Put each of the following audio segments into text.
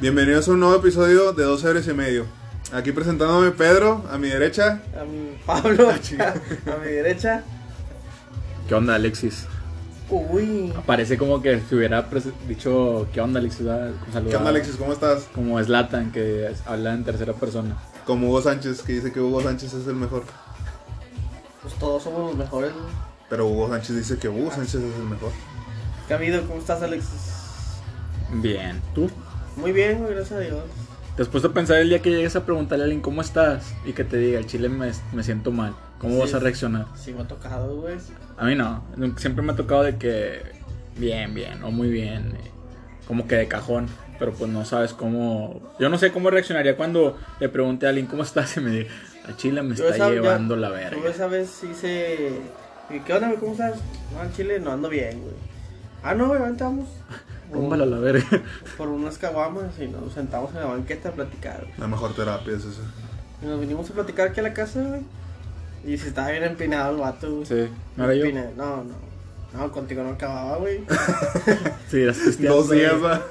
Bienvenidos a un nuevo episodio de 12 horas y medio. Aquí presentándome Pedro, a mi derecha. A mi Pablo, Ah, chinga. a mi derecha. ¿Qué onda, Alexis? Uy. Parece como que si hubiera pres- dicho, ¿qué onda, Alexis? Ah, saludado. ¿Qué onda Alexis? ¿Cómo estás? Como Slatan, que es- habla en tercera persona. Como Hugo Sánchez, que dice que Hugo Sánchez es el mejor. Pues todos somos los mejores. güey. Pero Hugo Sánchez dice que Hugo Sánchez es el mejor. ¿Qué ha habido? ¿Cómo estás, Alexis? Bien. ¿Tú? Muy bien, güey, gracias a Dios. ¿Te has puesto a pensar el día que llegues a preguntarle a alguien cómo estás? Y que te diga, el chile me, me siento mal. ¿Cómo Sí. vas a reaccionar? Sí, me ha tocado, güey. A mí no. Nunca- Siempre me ha tocado de que bien, bien o muy bien. eh, Como que de cajón. Pero pues no sabes cómo... Yo no sé cómo reaccionaría cuando le pregunte a alguien cómo estás y me diga, a Chile me Yo está esa- ya- llevando la Yo verga. esa vez hice. ¿Y ¿Qué onda, güey? ¿Cómo estás? No, en Chile no ando bien, güey. Ah, no, güey, ahorita vamos. por un- Rúmbala a la verga. Por unas caguamas y nos sentamos en la banqueta a platicar. güey. La mejor terapia es esa. Y nos vinimos a platicar aquí a la casa, güey. Y se estaba bien empinado el vato, güey. Sí, no era yo. Empinado. No, no. No, contigo no acababa, güey. Sí, eras cristiano. Dos días, va.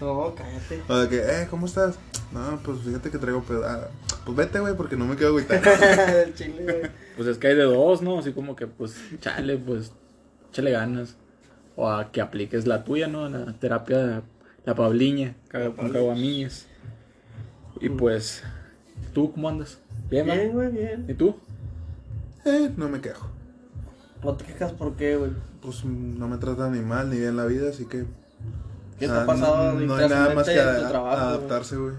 No, cállate. O de que, eh, ¿cómo estás? No, pues fíjate que traigo pedo. Ah, pues vete, güey, porque no me quedo agüitado. Del chile, güey. Pues es que hay de dos, ¿no? Así como que, pues, chale, pues, échale ganas. O a que apliques la tuya, ¿no? La terapia, la pabliña, caga- con caguamillas. Y pues, ¿tú cómo andas? Bien, Bien, man? güey, bien. ¿Y tú? Eh, no me quejo. No te quejas por qué, güey. Pues mm, no me tratan ni mal ni bien la vida, así que. ¿Qué te nada, ha pasado Ah, No, no hay nada más que internamente en tu a- trabajo, güey? adaptarse, güey.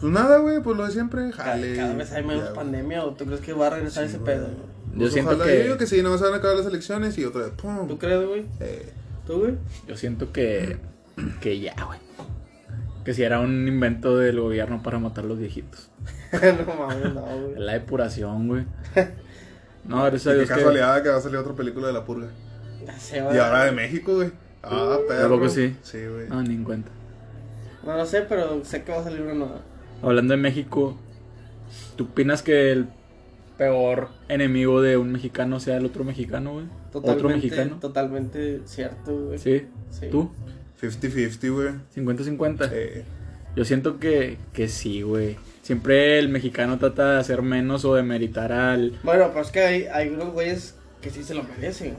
Pues nada, güey, pues lo de siempre. Cada, Jale. cada vez hay menos ya, güey. pandemia, ¿o tú crees que va a regresar Sí, ese güey. pedo? güey? Yo Pues siento ojalá, que- Yo digo que sí, no se van a acabar las elecciones y otra vez, pum. ¿Tú crees, güey? Eh, ¿Tú, güey? Yo siento que, que ya, güey. Que si era un invento del gobierno para matar a los viejitos. no mames, no, güey. La depuración, güey. No, gracias a y qué Dios que... casualidad que va a salir otra película de la purga. Ya sé, Y güey. ahora de México, güey. Ah, perro. poco sí? Ah. Sí, güey. No, ni en cuenta. No lo sé, pero sé que va a salir una nueva. Hablando de México, ¿tú opinas que el peor enemigo de un mexicano sea el otro mexicano, güey? Totalmente, ¿Otro mexicano? Totalmente cierto, güey. Sí. Sí. ¿Tú? 50-50, güey. 50-50. Eh, Yo siento que, que sí, güey. Siempre el mexicano trata de hacer menos o de meritar al... Bueno, pero es que hay, hay unos güeyes que sí se lo merecen.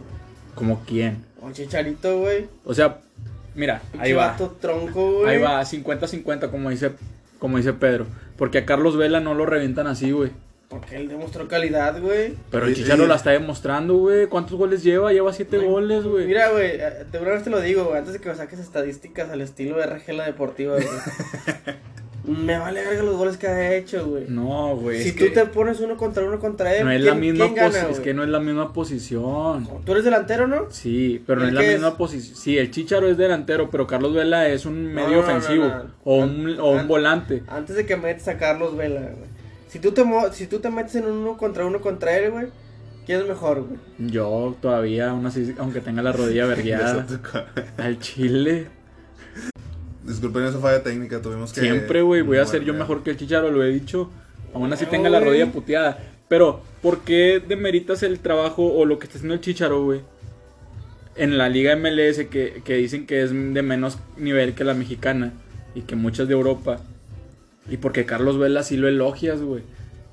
como quién. Un chicharito, güey. O sea, mira, ahí Un va. vato tronco, güey. Ahí va, 50-50 como dice, como dice Pedro. Porque a Carlos Vela no lo revientan así, güey. Porque él demostró calidad, güey. Pero el Sí, Chicharo sí. la está demostrando, güey. ¿Cuántos goles lleva? Lleva 7 goles, güey. Mira, güey, eh, de una vez te lo digo, güey, antes de que me saques estadísticas al estilo RG la deportiva, güey. me vale verga los goles que ha hecho, güey. No, güey. si es tú que- te pones uno contra uno contra él, No es ¿quién, la misma quién gana, posi- es güey? que no es la misma posición. Tú eres delantero, ¿no? Sí, pero no ¿El es la qué misma es? posición. Sí, el Chicharo es delantero, pero Carlos Vela es un No, medio no, no, ofensivo no. o un o Ah. un volante. Antes de que metas a Carlos Vela, güey. Si tú te mo- si tú te metes en uno contra uno contra él, güey, ¿quién es mejor, güey? Yo todavía, aún así, aunque tenga la rodilla vergueada, les toca. al Chile. Disculpen esa falla técnica, tuvimos que. Siempre, güey, voy a ser yo Bueno, ya. mejor que el Chicharo, lo he dicho. Aún así No, tenga la güey. rodilla puteada. Pero, ¿por qué demeritas el trabajo o lo que está haciendo el Chicharo, güey? En la liga MLS que, que dicen que es de menos nivel que la mexicana y que muchas de Europa. Y porque Carlos Vela sí lo elogias, güey.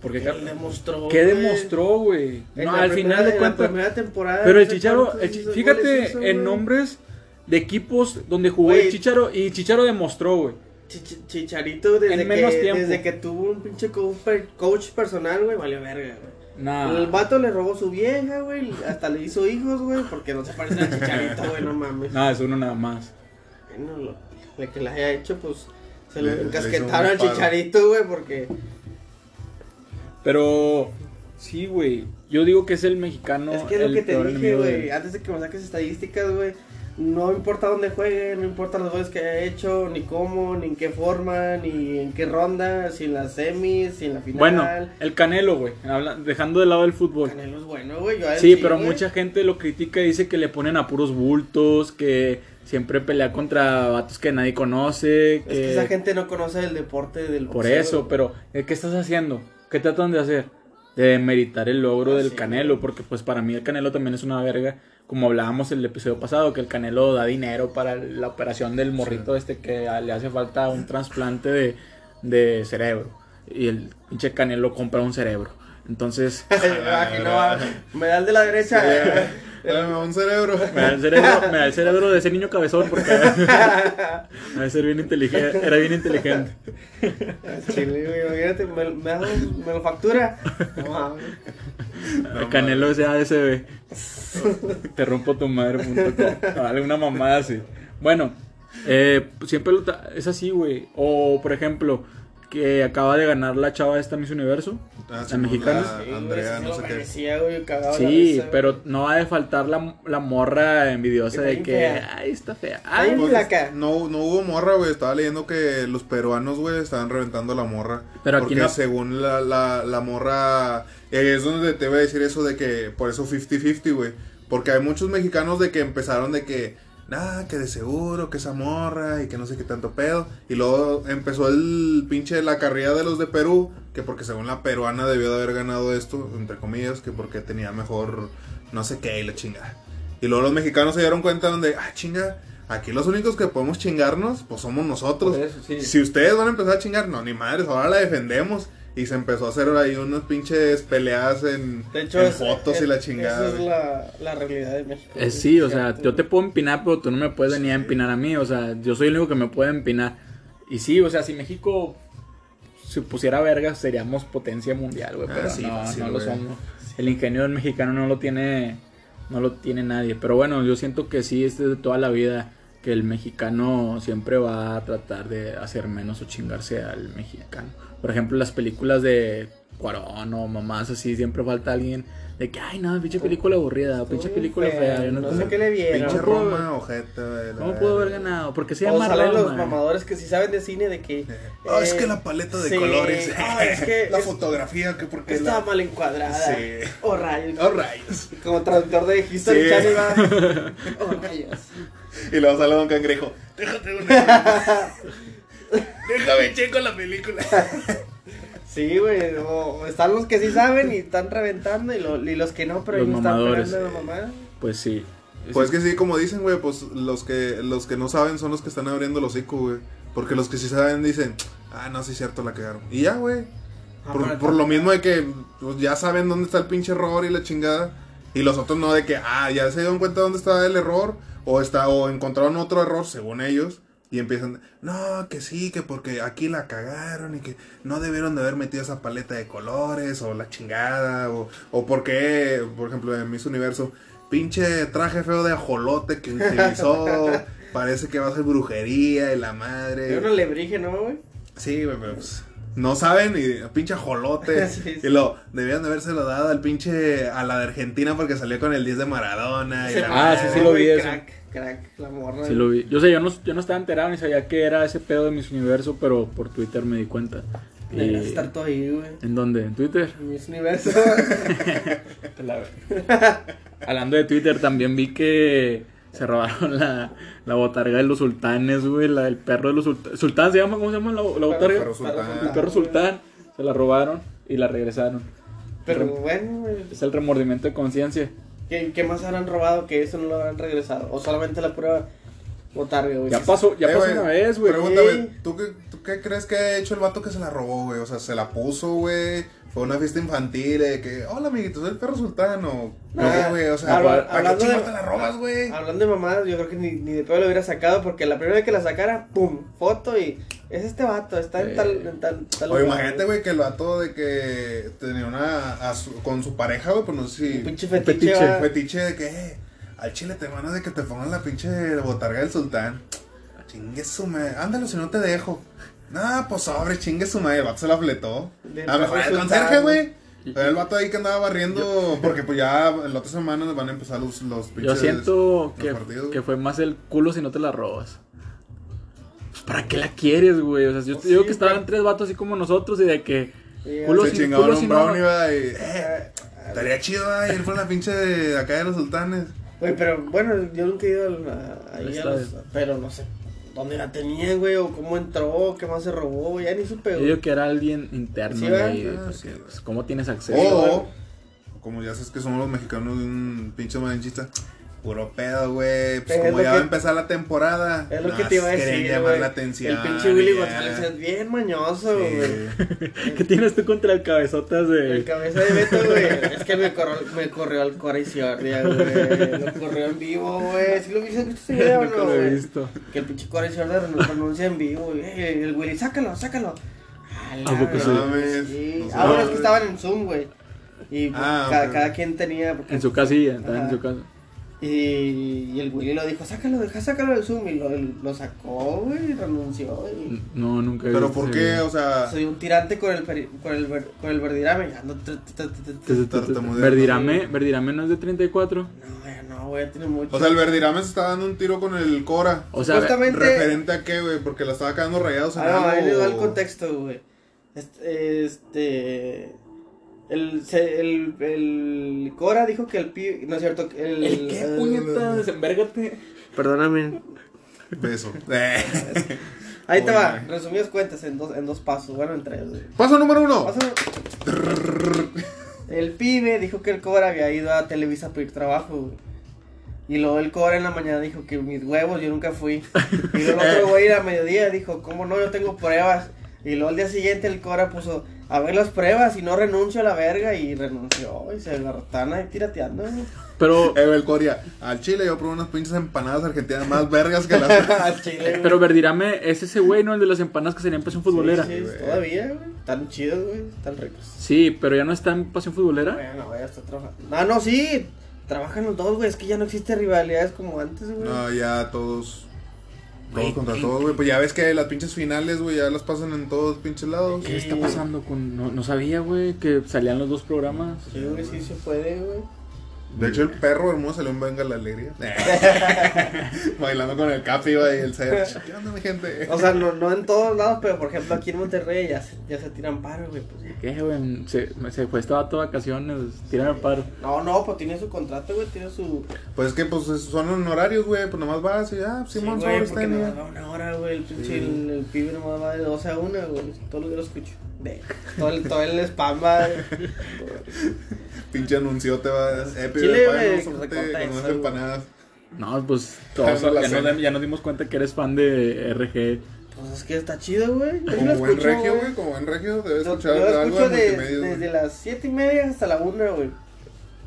Porque Car- Él demostró. ¿Qué güey. demostró, güey? En No, la al primera- final de en la cuentas. primera temporada. Pero el no sé Chicharo, cuántos el Chi- goles fíjate hizo, en güey. nombres de equipos donde jugó Güey. el Chicharo y Chicharo demostró, güey. Chich- Chicharito, desde, En menos que, tiempo. desde que tuvo un pinche coach, per- coach personal, güey, valió verga, güey. Nah. El vato le robó su vieja, güey, hasta le hizo hijos, güey, porque no se parece a Chicharito, güey, no mames. No, es uno nada más. Bueno, lo, lo que le haya hecho, pues, se lo Le- le encasquetaron al hizo un paro. Chicharito, güey, porque... Pero sí, güey. Yo digo que es el mexicano. es que es lo el que te peor dije, enemigo de- güey, antes de que me saques estadísticas, güey, no importa dónde juegue, no importa los goles que haya hecho, ni cómo, ni en qué forma, ni en qué ronda, si en las semis, si en la final. Bueno, el Canelo, güey. habla- Dejando de lado el fútbol. Canelo es bueno, güey. yo a él Sí, pero güey. mucha gente lo critica y dice que le ponen a puros bultos, que siempre pelea contra vatos que nadie conoce. Es Que... que esa gente no conoce el deporte del Eh, Por boxeo, eso, güey. pero eh, ¿qué estás haciendo? ¿Qué tratan de hacer? De meritar el logro Ah, del sí, Canelo, güey. porque pues para mí el Canelo también es una verga. como hablábamos el episodio pasado, que el Canelo da dinero para la operación del morrito este que a- le hace falta un trasplante de, de cerebro. Y el pinche Canelo compra un cerebro. Entonces, Ah. Me da el de la derecha. Dame un cerebro. me da el cerebro, me da el cerebro de ese niño cabezón porque a ser bien inteligente, era bien inteligente. Chile, güey, imagínate, me, me, da un- me lo factura. Ah, No, mames. No, El Canelo ese ASB. Te rompo tu madre. punto com. Dale una mamada así. Bueno, eh, siempre lo ta- es así, güey. O por ejemplo, que acaba de ganar la chava esta Miss Universo. Ah, sí, la mexicana. la- Sí, güey, Andrea, sí no lo sé qué. merecía, güey, cagado Ah, la Sí, risa, pero no va a faltar la, la morra envidiosa Está de bien que. fea. Ay, está fea. Ay, Ay, pues, Placa. No, no hubo morra, güey. Estaba leyendo que los peruanos, güey, estaban reventando la morra. Pero aquí porque no- según la, la, la morra... eh, Es donde te voy a decir eso de que... Por eso 50-50, güey. Porque hay muchos mexicanos de que empezaron de que... Nada, que de seguro, que esa morra y que no sé qué tanto pedo. Y luego empezó el pinche la carrera de los de Perú. Que porque según la peruana debió de haber ganado esto, entre comillas, que porque tenía mejor no sé qué y la chingada. Y luego los mexicanos se dieron cuenta donde, ah, chinga, aquí los únicos que podemos chingarnos, pues somos nosotros. Por eso, sí. Si ustedes van a empezar a chingar, no, ni madres, ahora la defendemos. Y se empezó a hacer ahí unas pinches peleas en, De hecho, en es- fotos y es- la chingada. Esa es la, la realidad de México. Eh, güey. sí, o sea, Fíjate. yo te puedo empinar, pero tú no me puedes venir a empinar a mí. O sea, yo soy el único que me puede empinar. Y sí, o sea, si México se pusiera verga, seríamos potencia mundial, güey. Ah, Pero sí, no, fácil, no lo güey. somos. El ingenio del mexicano no lo tiene, no lo tiene nadie. Pero bueno, yo siento que sí, este es de toda la vida que el mexicano siempre va a tratar de hacer menos o chingarse al mexicano. Por ejemplo, las películas de Cuarón o mamás así, siempre falta alguien de que, ay, no, pinche película aburrida, pinche Muy película fea, fea. yo no sé sé qué le vieron. Pinche No puedo- Roma, ojeta. de la ¿Cómo pudo haber verga. ganado? Porque se O llama salen los Roma. mamadores que sí saben de cine de que. Eh, ah, es eh, que la paleta de sí, colores. ah, es que la es- fotografía, que porque Estaba la... mal encuadrada. Sí. O rayos. Oh, rayos. Como traductor de History Sí. Channel va. Oh rayos. Y luego sale Don Cangrejo. Déjate una. Déjame checo la película. Sí, güey. O, o están los que sí saben y están reventando y, lo- y los que no, pero ahí Los no están mamadores. pegando la mamá. Pues sí. Pues Sí. que sí, como dicen, güey, pues los que, los que no saben son los que están abriendo los hocico, güey. Porque los que sí saben dicen, ah, no, sí es cierto, la cagaron. Y ya, güey. Por, por lo mismo de que pues, ya saben dónde está el pinche error y la chingada. Y los otros no, de que, ah, ya se dieron cuenta dónde está el error. O, está, o encontraron otro error, según ellos. Y empiezan, no, que sí, que porque aquí la cagaron y que no debieron de haber metido esa paleta de colores o la chingada. O, o porque, por ejemplo, en Miss Universo, pinche traje feo de ajolote que utilizó. parece que va a ser brujería y la madre. Era un alebrije, ¿no, güey? Sí, güey, pero pues, no saben y pinche jolote. Sí, sí. Y lo debían de habérselo dado al pinche a la de Argentina porque salió con el 10 de Maradona y la Ah, sí, madre. sí lo vi Güey, eso. Crack, crack, la morra. Sí lo vi. Yo sé, yo no, yo no estaba enterado ni sabía que era ese pedo de mis universo, pero por Twitter me di cuenta. Y- Deberías estar todo ahí, güey. ¿En dónde? ¿En Twitter? Miss Universo. Hablando de Twitter, también vi que se robaron la, la botarga de los sultanes, güey. La del perro de los sultanes. ¿Sultán se llama? ¿Cómo se llama la, la botarga? Perro sultán. El perro sultán. Se la robaron y la regresaron. Pero bueno, güey, Es el remordimiento de conciencia. ¿qué, qué más habrán robado que eso no lo han regresado? O solamente la pura botarga, güey. Ya pasó, ya Eh, pasó güey, una vez, güey. Pregunta, güey, Sí. ¿tú qué, tú qué crees que ha hecho el vato que se la robó, güey? O sea, se la puso, güey. Fue una fiesta infantil, de que, hola, amiguitos, soy el perro sultano. No, Ah, güey, o sea, habla- ¿a qué hablando chingados de- Ah, te la robas, güey? Hablando de mamadas, yo creo que ni, ni de pedo lo hubiera sacado porque la primera vez que la sacara, pum, foto y es este vato, está en Eh. tal, en tal, tal Oye, lugar, imagínate, güey, que el vato de que tenía una. a su- con su pareja, güey, pues no sé si. Un pinche fetiche, fetiche, va. fetiche de que eh, al chile te van a de que te pongan la pinche botarga del sultán. Chingue su madre. Ándalo si no te dejo. Nah, pues sobre, chingue su madre. El vato se la fletó. Del A lo mejor el sultán, conserje, güey. güey. Era El vato ahí que andaba barriendo. Porque pues ya la otra semana van a empezar los, los Yo pinches. los siento que, partidos. que fue más el culo si no te la robas. Pues, ¿Para qué la quieres, güey? O sea, yo Pues te digo sí, que pero- estaban tres vatos así como nosotros y de que. Sí, culo Se si- chingaban culo un si no- brownie, va, y, eh, Ah, Estaría chido, va, ir por la pinche de acá de los sultanes. Güey, pero bueno, yo nunca he ido al- a, ahí a Está los- bien. Pero no sé dónde la tenía, güey, o cómo entró, qué más se robó, güey, ya ni supe, Yo güey. digo que era alguien interno Sí, de ¿verdad? ahí, Ah, porque, sí, Oh, pues, ¿Cómo tienes acceso? O, como ya sabes que somos los mexicanos de un pinche marinchista, Puro pedo, güey. Pues Es como lo ya va que- a empezar la temporada. Es lo no, que te iba a querían decir. llamar güey. la atención. El pinche Willy ya. González es bien mañoso, güey. Sí. ¿Qué tienes tú contra el cabezotas El de.? cabeza de Beto, güey. Es que me, corrió me corrió al Corisiordia, güey. Lo corrió en vivo, güey. ¿Sí lo viste visto ese video o Nunca no, lo he güey? visto. Que el pinche Corisiordia lo pronuncia en vivo, güey. Eh, El Willy, sácalo, sácalo. A la ¿A poco vez, sí? No sí. sé. Ah, bueno, es que No, estaban en Zoom, güey. Y Ah, cada, ok. cada quien tenía. porque- En su casilla, está en Ajá. su casa. Y, y el Willy lo dijo, sácalo, deja sácalo del Zoom. Y lo, lo sacó, güey, y renunció. Y... No, nunca he Pero visto ¿por ese qué? video. O sea, Soy un tirante con el, peri- con el, ver- con el verdirame. Ya ando tr- tr- tr- tr- tr- Entonces, tú- tú- Tartamudeando. Verdirame, Verdirame no es de 34. No, ya no, güey, tiene mucho. o sea, el Verdirame se está dando un tiro con el Cora. O sea, Justamente- ¿Referente a qué, güey? Porque la estaba quedando rayados en Ah, no, algo. ahí le da o- el contexto, güey. Este. este el, se- el, el Cora dijo que el pi. No es cierto. El, el- Desembérgate. Perdóname. Beso. Eh. Ahí te Oye. va, resumidas cuentas en dos, en dos pasos. Bueno, en tres, güey. Paso número uno. Pásame. El pibe dijo que el Cobra había ido a Televisa a pedir trabajo, güey. Y luego el Cobra en la mañana dijo que mis huevos, yo nunca fui. Y luego el otro güey a mediodía dijo, ¿cómo no? Yo tengo pruebas. Y luego al día siguiente el Cobra puso, a ver las pruebas y no renuncio a la verga. Y renunció y se garrotana y tirateando. güey. Pero, Evel Coria, al Chile yo probé unas pinches empanadas argentinas más vergas que las. Al chile, güey. pero Verdirame es ese güey, ¿no? El de las empanadas que sería en Pasión Futbolera. Sí, sí, güey. todavía, güey. Tan chidos, güey. Tan ricos. Sí, pero ya no está en Pasión Futbolera. Bueno, güey, está trabajando. Ah, no, sí. Trabajan los dos, güey. Es que ya no existe rivalidades como antes, güey. No, ya todos. Todos Güey, contra ¿qué- todos, güey. Pues ya ves que las pinches finales, güey, ya las pasan en todos pinches lados. Eh, ¿Qué está pasando con.? No, no sabía, güey, que salían los dos programas. Sí, güey, sí se puede, güey. De hecho, el eh. perro hermoso salió en Venga la Alegría. Bailando con el Capi, güey, y el Serge. ¿Qué onda, mi gente? O sea, no, no en todos lados, pero por ejemplo aquí en Monterrey ya se, ya se tiran paro, güey. Pues, ya. ¿Qué, güey? Se, se fue esta vato de vacaciones, tiran el paro. no, no, pues tiene su contrato, güey, tiene su... Pues es que pues es- son honorarios, güey. Pues nomás vas y ya, Simón, sobre sí, güey, está porque en nomás va una hora, güey, el pinche, el, el pibe nomás va de 12 a 1, güey, todos los días lo escucho. De, todo, el, todo el spam va... Pinche anuncio te vas. Eh, pibe, Chile, páganos, güey, suerte, recorta con eso, unas güey. empanadas. No, pues todos, No la ya, sé. nos, ya nos dimos cuenta que eres fan de RG. Pues es que está chido, güey. Yo sí Como lo buen escucho, regio, güey, como buen regio, debes Yo, escuchar yo lo algo de escucho de- multimedia. güey. desde las 7 y media hasta la 1, güey.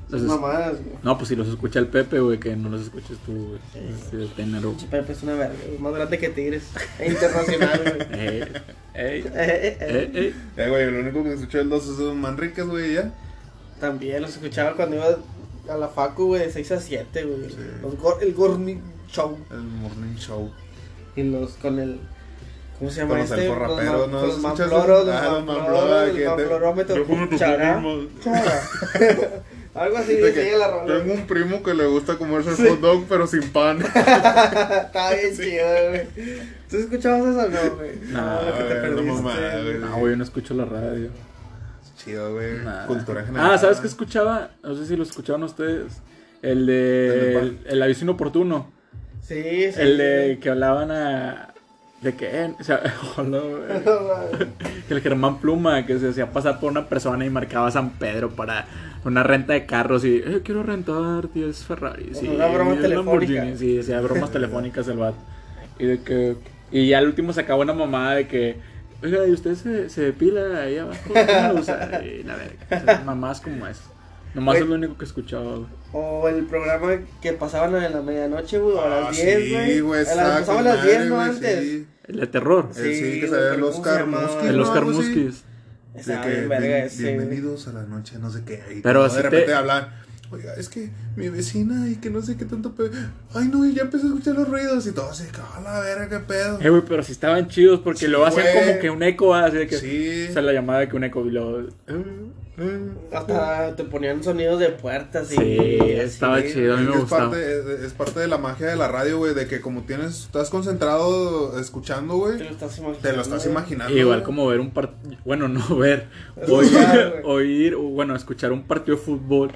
Entonces, Mamadas, güey. no, pues si los escucha el Pepe, güey, que no los escuches tú, güey. Sí, de tener, güey. Pinche Pepe es una verga, güey, más grande que Tigres. E internacional, güey. Eh, Eh, eh, eh, eh. eh, eh. Eh, güey, lo único que escuché el 2 es esos Manriques, güey, ya. También los escuchaba cuando iba a la facu, güey, de 6 a 7, güey. Los gor- el Gorni Show. El Morning Show. Y los con el. ¿Cómo se Con llama los este? elfos Los raperos, ma- ¿no? Con los ¿Escuchas? mamploros, Ah, los los mamploros, mamploros, el que te- mamplorómetro. Yo como tus Chara, primos. chara. Algo así De que decía la rola. Tengo un primo que le gusta comerse el hot dog, pero sin pan. Estaba bien chido, güey. ¿Tú escuchabas eso o no, güey? No, lo que te güey, no perdiste. mamada, güey. No, güey, yo no escucho la radio. Chido, güey. Nada. Cultura general. Ah, ¿sabes qué escuchaba? No sé si lo escucharon ustedes. El de. ¿El El, el aviso inoportuno. Sí, sí. El de que hablaban a. De que. eh, o sea, hola, güey. Que el Germán Pluma, que se hacía pasar por una persona y marcaba San Pedro para una renta de carros y, eh, quiero rentar 10 Ferraris. y Una broma 10 telefónica. Lamborghinis, Sí, hacía bromas telefónicas el vato. Y, de que, y ya al último sacaba una mamada de que, oiga, ¿y usted se, se depila ahí abajo? ¿Cómo lo usa?" Y la verga. o sea, mamás como es. Nomás Güey. es lo único que escuchaba, güey. O el programa que pasaban a la medianoche, güey, o a las 10, güey. Ah, Sí, güey, A las- está Pasaban con a las 10, madre, no güey, antes. Sí, El de terror. El sí, que güey, salía el pero ¿cómo se Oscar llamaba? Musquiz, El ¿no? Oscar Algo así. Musquiz. De Estaba que bien verga bien- ese, güey. bienvenidos a la noche, no sé qué. y Pero todo si de te- repente hablan. Oiga, es que mi vecina y que no sé qué tanto pedo. Ay, no, y ya empecé a escuchar los ruidos y todo así, que a la verga, qué pedo. Eh, güey, pero si estaban chidos porque Sí, luego hacían güey. como que un eco, ah, así de que... Sí. O sea, la llamada de que un eco y luego, eh, eh. Hasta te ponían sonidos de puertas y. Sí, y así, estaba güey. chido, a mí me es gustaba. Parte, es, es parte de la magia de la radio, güey, de que como tienes, estás concentrado escuchando, Te lo güey, estás imaginando. te lo estás güey. imaginando. Igual güey. como ver un partido, bueno, no ver, Escuchar, oír, güey. oír, o bueno, escuchar un partido de fútbol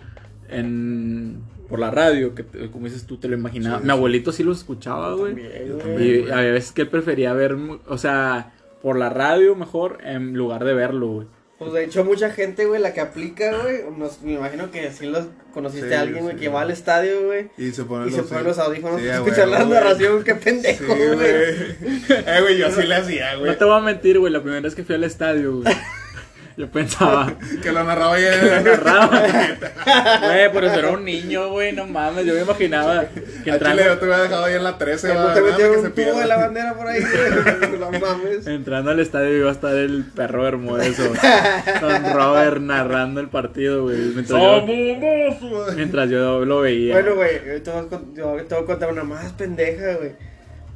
en por la radio, que te- como dices tú te lo imaginabas. Sí, Mi sí. abuelito sí lo escuchaba, güey. Bien, Yo güey. también. Y había veces que él prefería ver, mu- o sea, por la radio mejor en lugar de verlo, güey. Pues de hecho, mucha gente, güey, la que aplica, güey, nos- me imagino que así los conociste Sí, a alguien, güey, sí. que va al estadio, güey. Y se ponen Y se ponen los audífonos Sí, para a escuchar huevo, la güey. narración, qué pendejo, Sí, güey. güey. Eh, güey, yo así le hacía, güey. No te voy a mentir, güey, la primera vez que fui al estadio, güey. Yo pensaba, Que lo narraba ya. narraba. Güey, pero eso era un niño, güey, no mames. Yo me imaginaba que A Chile entrando, yo te hubiera dejado ahí en la 13, Cuando va, te nada, que metieron se un tubo de la pierda. bandera por ahí, güey. No mames. entrando al estadio iba a estar el perro hermoso. Don Robert narrando el partido, güey. Mientras, yo, Somos- mientras yo lo veía. Bueno, güey, yo te voy a con- yo te voy a contar una más pendeja, güey.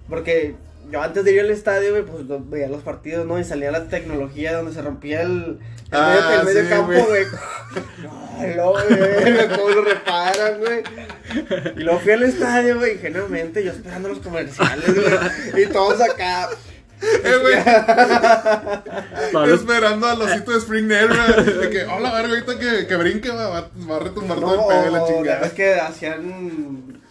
Porque yo antes de ir al estadio, güey, pues lo- veía los partidos, ¿no? Y salía la tecnología donde se rompía el, el Ah, medio, el medio sí, campo, güey. No, güey, cómo lo reparan, güey. Y luego fui al estadio, güey, ingenuamente, yo esperando los comerciales, güey. Y todos acá. Eh, güey, Pablo- esperando al osito de Spring Nair, güey. De que, hola, verga, ahorita que, que brinque, va, va, va a retumbar No, todo el pedo de la o la vez chingada. que hacían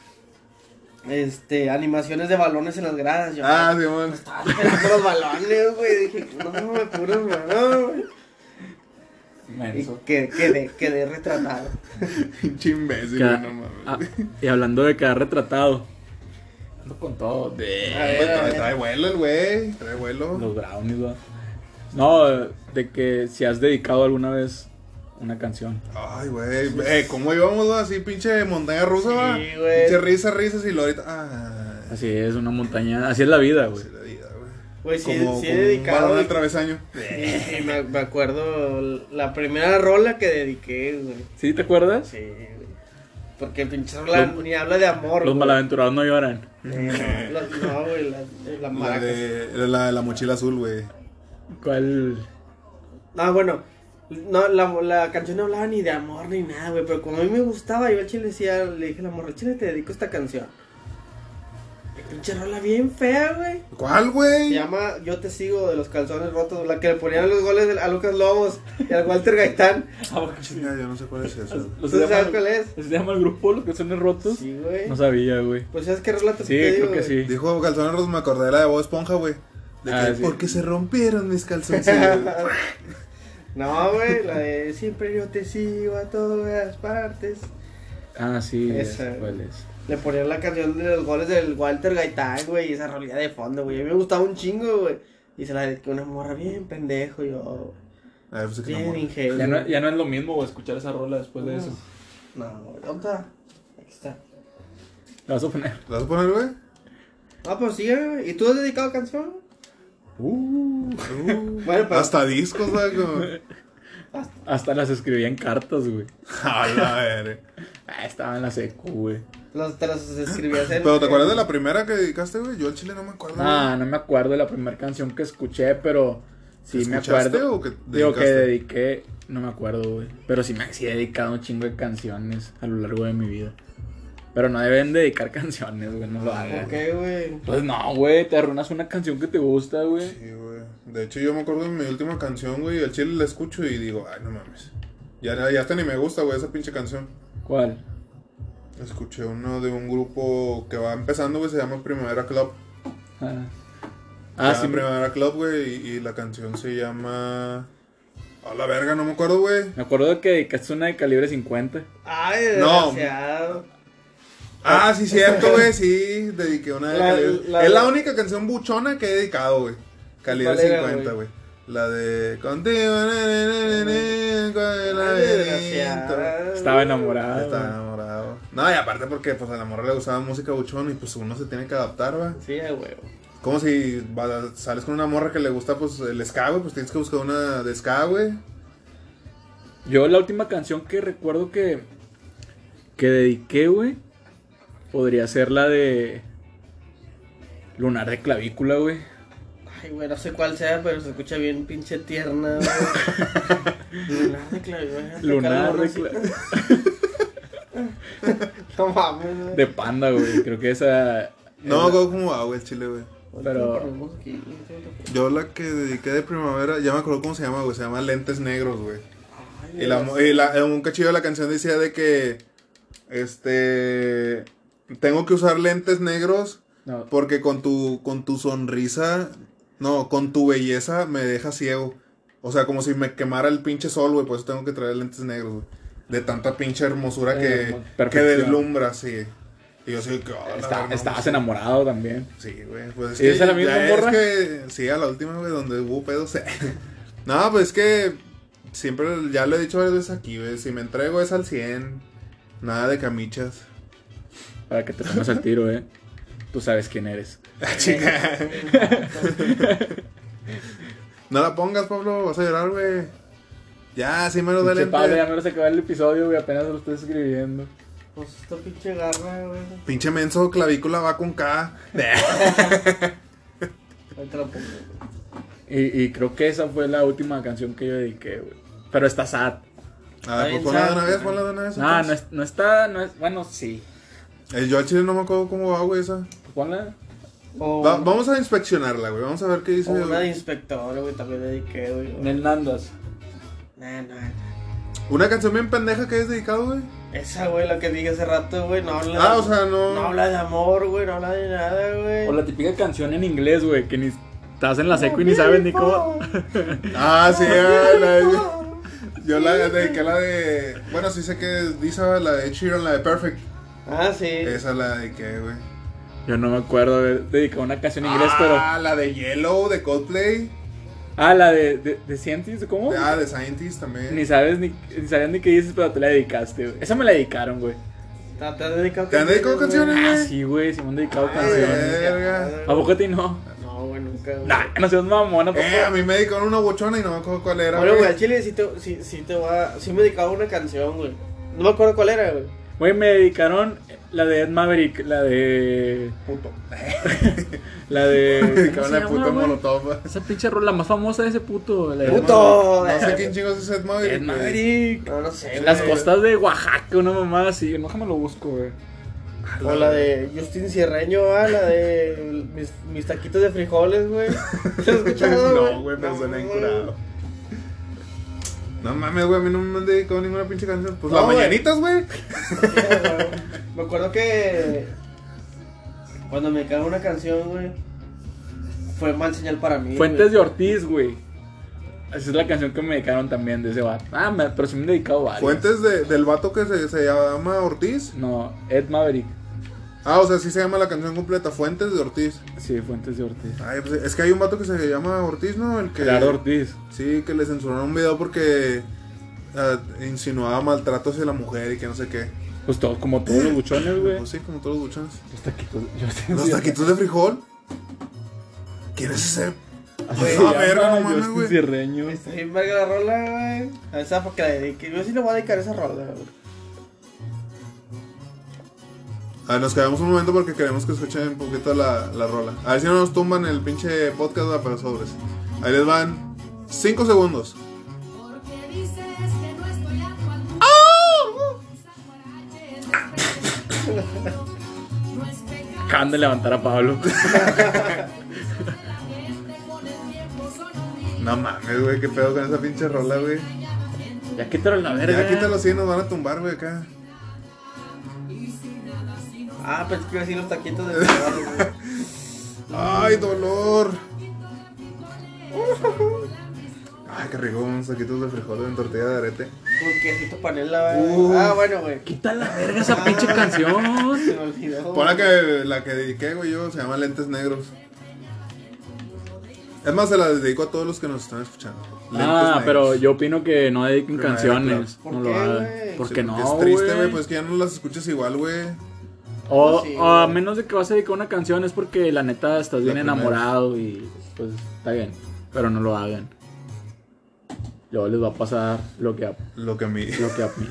este animaciones de balones en las gradas, yo. Ah, Simón. Estaba esperando los balones, güey. Dije, no, me puros balón. Y que- quedé, quedé retratado. Pinche imbécil, Queda- güey, no mames. ah, y hablando de quedar retratado. Ando con todo. Eh, De... ver, a ver. trae vuelo el güey, trae vuelo. Los brownies, va. No, de que si has dedicado alguna vez una canción. Ay, güey. Eh, ¿cómo íbamos va? así, pinche montaña rusa, Sí, va? güey. Pinche risas, risas y lo ahorita. Ah, Así es, una montaña. Así es la vida, güey. así la vida, güey. Güey, sí, Como- como sí he un dedicado. balón al güey. travesaño. Sí, me, me acuerdo la primera rola que dediqué, güey. ¿Sí te acuerdas? Sí, güey. Porque el pinche rola Los- ni habla de amor. Los güey. malaventurados no lloran. Eh, no, los- no, güey, la, la La maracas. de la, de la mochila azul, güey. ¿Cuál? Ah, bueno. No, la, la canción no hablaba ni de amor ni nada, güey. Pero como a mí me gustaba, yo al chile decía, le dije, la morra, al chile te dedico esta canción. Y Pinche rola bien fea, güey. ¿Cuál, Se güey? llama Yo te sigo de los calzones rotos, la que le ponían los goles del- a Lucas Lobos y al Walter Gaitán. Ah, Chinga, yo no sé cuál es esa. ¿Los ¿Tú sabes llaman- cuál es? los llama el grupo Los Calzones Rotos? Sí, güey. No sabía, güey. Pues sabes qué rola te Sí, te creo digo, que güey? sí. Dijo calzones rotos, me acordé de la de Bob Esponja, güey. De Ah, que, sí. porque se rompieron mis Ah, calzoncillos. No, güey, la de siempre yo te sigo a todas partes. Ah, sí. ya Esa. sé ¿Cuál es? Le ponían la canción de los goles del Walter Gaitán, güey, y esa rolía de fondo, güey. A mí me gustaba un chingo, güey. Y se la dediqué a una morra bien pendejo, yo. A ver, pues es que Bien no. ingenuo. Ya no, ya no es lo mismo güey, escuchar esa rola después de eso. No, güey, ¿dónde está? Aquí está. La vas a poner. ¿La vas a poner, güey? Ah, pues sí, güey. ¿Y tú has dedicado canción? Uh, Bueno, pero- Hasta discos, güey. como- Hasta las escribía en cartas, güey. A la ver. Ah, estaba en la secu, güey. Los, te los escribías en. Pero ¿te acuerdas de la primera que dedicaste, güey? Yo al chile no me acuerdo. Ah, no me acuerdo de la primera canción que escuché, pero sí ¿Que me escuchaste acuerdo. o que Digo que dedicaste? dediqué, no me acuerdo, güey. Pero sí me sí he dedicado un chingo de canciones a lo largo de mi vida. Pero no deben dedicar canciones, güey, no lo hagan. ¿Por qué, güey? Pues no, güey, te arruinas una canción que te gusta, güey. Sí, güey. De hecho, yo me acuerdo de mi última canción, güey. Al chile la escucho y digo, ay, no mames. Ya, ya hasta ni me gusta, güey, esa pinche canción. ¿Cuál? Escuché uno de un grupo que va empezando, güey, se llama Primavera Club. Ah, Ah, ah sí, me Primavera Club, güey, y, y la canción se llama... A la verga, no me acuerdo, güey. me acuerdo que dedicaste una de calibre 50. Ay, No. desgraciado. Ah, sí, cierto, güey, sí, dediqué una de La- Calibre. la- es la única canción buchona que he dedicado, güey. Calibre ¿Cuál era, 50, güey? güey. La de... Contigo, ne, ne, ne, ne, ne, con el Ay, laberinto. desgraciado. Estaba enamorado. Estaba güey. enamorado. No, y aparte porque pues a la morra le gustaba música buchona y pues uno se tiene que adaptar, va. Sí, a huevo. Como si va- sales con una morra que le gusta pues el ska, güey, pues tienes que buscar una de ska, güey. Yo la última canción que recuerdo que que dediqué, güey, podría ser la de Lunar de clavícula, güey. Ay, güey, no sé cuál sea, pero se escucha bien pinche tierna, güey. Lunar de clavícula. Lunar de clavícula No mames, güey. de panda, güey. Creo que esa No, esa- güey, como va, güey, el chile, güey. pero- Ponemos aquí, güey. Yo la que dediqué de primavera, ya me acuerdo cómo se llama, güey, se llama Lentes Negros, güey. Ay, Y, la, mo- y la- en un cachillo de la canción decía de que, este, tengo que usar lentes negros no. Porque con tu, con tu sonrisa, no, con tu belleza me deja ciego. O sea, como si me quemara el pinche sol, güey. Por eso tengo que traer lentes negros, güey. De tanta pinche hermosura que, Hermo- que perfección. deslumbra, sí. Y yo soy que. oh, la Está- verga, estabas no, enamorado también. Sí, güey. Pues es ¿Y que. es la misma ya morra? que- sí, a la última, güey, donde hubo pedos. no, pues es que. Siempre, ya lo he dicho varias veces aquí, güey. Si me entrego es al 100. Nada de camichas. Para que te tomes al tiro, eh. Tú sabes quién eres. Ah, Chica. no la pongas, Pablo. Vas a llorar, güey. Ya, sí, menos de Pinche Pablo, ya lente. no se acabó el episodio, güey. Apenas lo estoy escribiendo. Pues esta pinche garra, güey. Pinche menso, clavícula va con K. Ahí te la pongo. Y, y creo que esa fue la última canción que yo dediqué, güey. Pero está sad. A ver, pues ponla de una vez, ponla de una vez. Ah, entonces. no, es- no está. No es, bueno, sí. Eh, yo al chile no me acuerdo cómo va, güey, esa. Ponla. Oh. O, Va- vamos a inspeccionarla, güey. Vamos a ver qué dice. o una de inspector, güey, también dediqué, güey. En el Nandas. Nah, nah. Una canción bien pendeja que es dedicado, güey. Esa, güey, la que dije hace rato, güey, no habla. Ah, de- o sea, no. No habla de amor, güey, no habla de nada, güey. O la típica canción en inglés, güey. Que ni estás Oh, en la seco y ni sabes ni cómo. Ah, sí, ah, la de- Yo la dediqué la de. Bueno, sí sé que dice la de Chiron, la de Perfect. Ah, sí. Esa la dediqué, güey. Yo no me acuerdo haber dedicado una canción en inglés, Ah, la de Yellow, de Coldplay. pero. Ah, la de. ¿De, de Scientist? ¿Cómo? Ah, de Scientist también. Ni sabes ni, ni sabías ni qué dices, pero te la dedicaste, güey. Esa me la dedicaron, güey. Ah, ¿Te te has dedicado ¿Te han dedicado canciones? Ah, sí, güey, sí me han dedicado Ay, eh. canciones. verga. ¿A poco a ti no? No, güey, nunca. güey. Nah, no seas mamona, pues. por Eh, a favor. mí me dedicaron una bochona y no me acuerdo cuál era. Bueno, pues, güey. güey, al chile sí te, sí, sí te va. Sí me dedicaba a una canción, güey. No me acuerdo cuál era, güey. Güey, me dedicaron la de Ed Maverick, la de. Puto. La de. Me ¿cómo dedicaron se la llama, puta güey? molotov. güey. Esa pinche rola más famosa de ese puto. La de ¡Puto! No sé quién chingos es Ed Maverick. Ed güey. Maverick. No, no sé, Las Eh, güey. costas de Oaxaca, una mamada así. No, déjame lo busco, güey. O la de Justin Cierreño, ah, la de mis, mis taquitos de frijoles, güey. ¿Se has escuchado, No, güey, pero suena güey. incurado. No mames, güey, a mí no me han dedicado ninguna pinche canción. Pues No, las güey. mañanitas, güey. Me acuerdo que cuando me cae una canción, güey, fue mal señal para mí. güey. Fuentes de Ortiz, güey. Esa es la canción que me dedicaron también de ese vato. Ah, me- pero sí me han dedicado varias. Fuentes de- del vato que se, se llama Ortiz. No, Ed Maverick. Ah, o sea, sí se llama la canción completa, Fuentes de Ortiz. Sí, Fuentes de Ortiz. Ay, pues, es que hay un vato que se llama Ortiz, ¿no? El que, Gerardo Ortiz. Sí, que le censuraron un video porque ah, insinuaba maltrato hacia la mujer y que no sé qué. Pues todo, como todos los buchones, güey. Pues sí, como todos los duchanes. Los taquitos. Yo sé, Los sí, taquitos de frijol. ¿Quién es ese? así Güey, se no, llama, Ah, verga, no Ah, Justin mames, güey. Cierreño. Está bien verga la rola, güey. A esa porque la dediqué. Yo sí le voy a dedicar esa rola, güey. A ver, Ah, nos quedamos un momento porque queremos que escuchen un poquito la, la rola. A ver si no nos tumban el pinche podcast va, para sobres. Ahí les van 5 segundos. Porque dices que no estoy a tu altura. Esas guaraches desprecian el mundo. No es pecado. Acaban de levantar a Pablo. La gente con el tiempo son humildes. No mames, güey, qué pedo con esa pinche rola, güey. ya quítalo a la verga. Ya quítalo así, nos van a tumbar, güey, acá. Ah, pero es que iba a decir los taquitos de frijoles, güey. ¡Ay, dolor! Ay, qué rico, unos taquitos de frijol en tortilla de arete. Con quesito panela, güey. Uh. Ah, bueno, güey. Quita la verga esa pinche canción. Se me olvidó. Por la güey. que, la que dediqué, güey, yo, se llama Lentes Negros. Es más, se la dedico a todos los que nos están escuchando. Lentes Ah, negros. pero yo opino que no dediquen Primera clase. canciones. no ¿Por lo qué, hagan. güey? ¿Por Sí, qué no? porque Es triste, güey, pues que ya no las escuchas igual, güey. O, Pues sí, o a güey. menos de que vas a dedicar una canción es porque la neta estás La bien primera. enamorado y pues está bien. Pero no lo hagan. Luego les va a pasar lo que a, Lo que a mí. lo que a mí.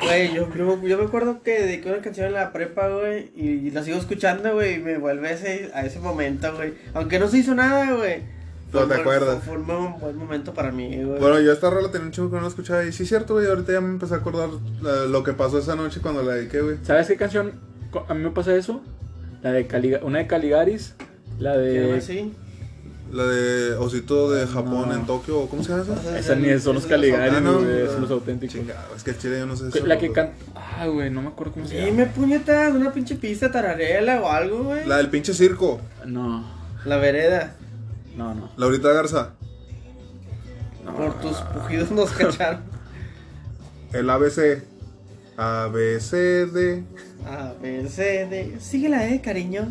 Güey, yo, yo, yo me acuerdo que dediqué una canción en la prepa, güey, y, y la sigo escuchando, güey, y me vuelve a ese, a ese momento, güey. Aunque no se hizo nada, güey. Pero Fue te un buen- acuerdas. Fue un buen, buen momento para mí, güey. Bueno, yo esta rola tenía un chingo que no la escuchaba. Y sí, cierto, güey. Ahorita ya me empecé a acordar eh, lo que pasó esa noche cuando la dediqué, güey. ¿Sabes qué canción co- a mí me pasa eso? La de Caliga- una de Caligaris, la ¿Qué de más, sí? La de Osito de Japón Ah, No. en Tokio, ¿o ¿cómo se llama esa? esa ni son los Esos Caligaris, Ah, no, güey, güey. son los auténticos. Chingado, es que el chile yo no sé eso. La que canta Ah, güey, no me acuerdo cómo se llama. Dime puñetas, una pinche pista tararela o algo, güey. La La... del pinche circo, No. vereda. No, no. Laurita Garza. Por tus pujidos nos cacharon. El ABC. ABCD. A, B, C, D. Sigue la E, cariño.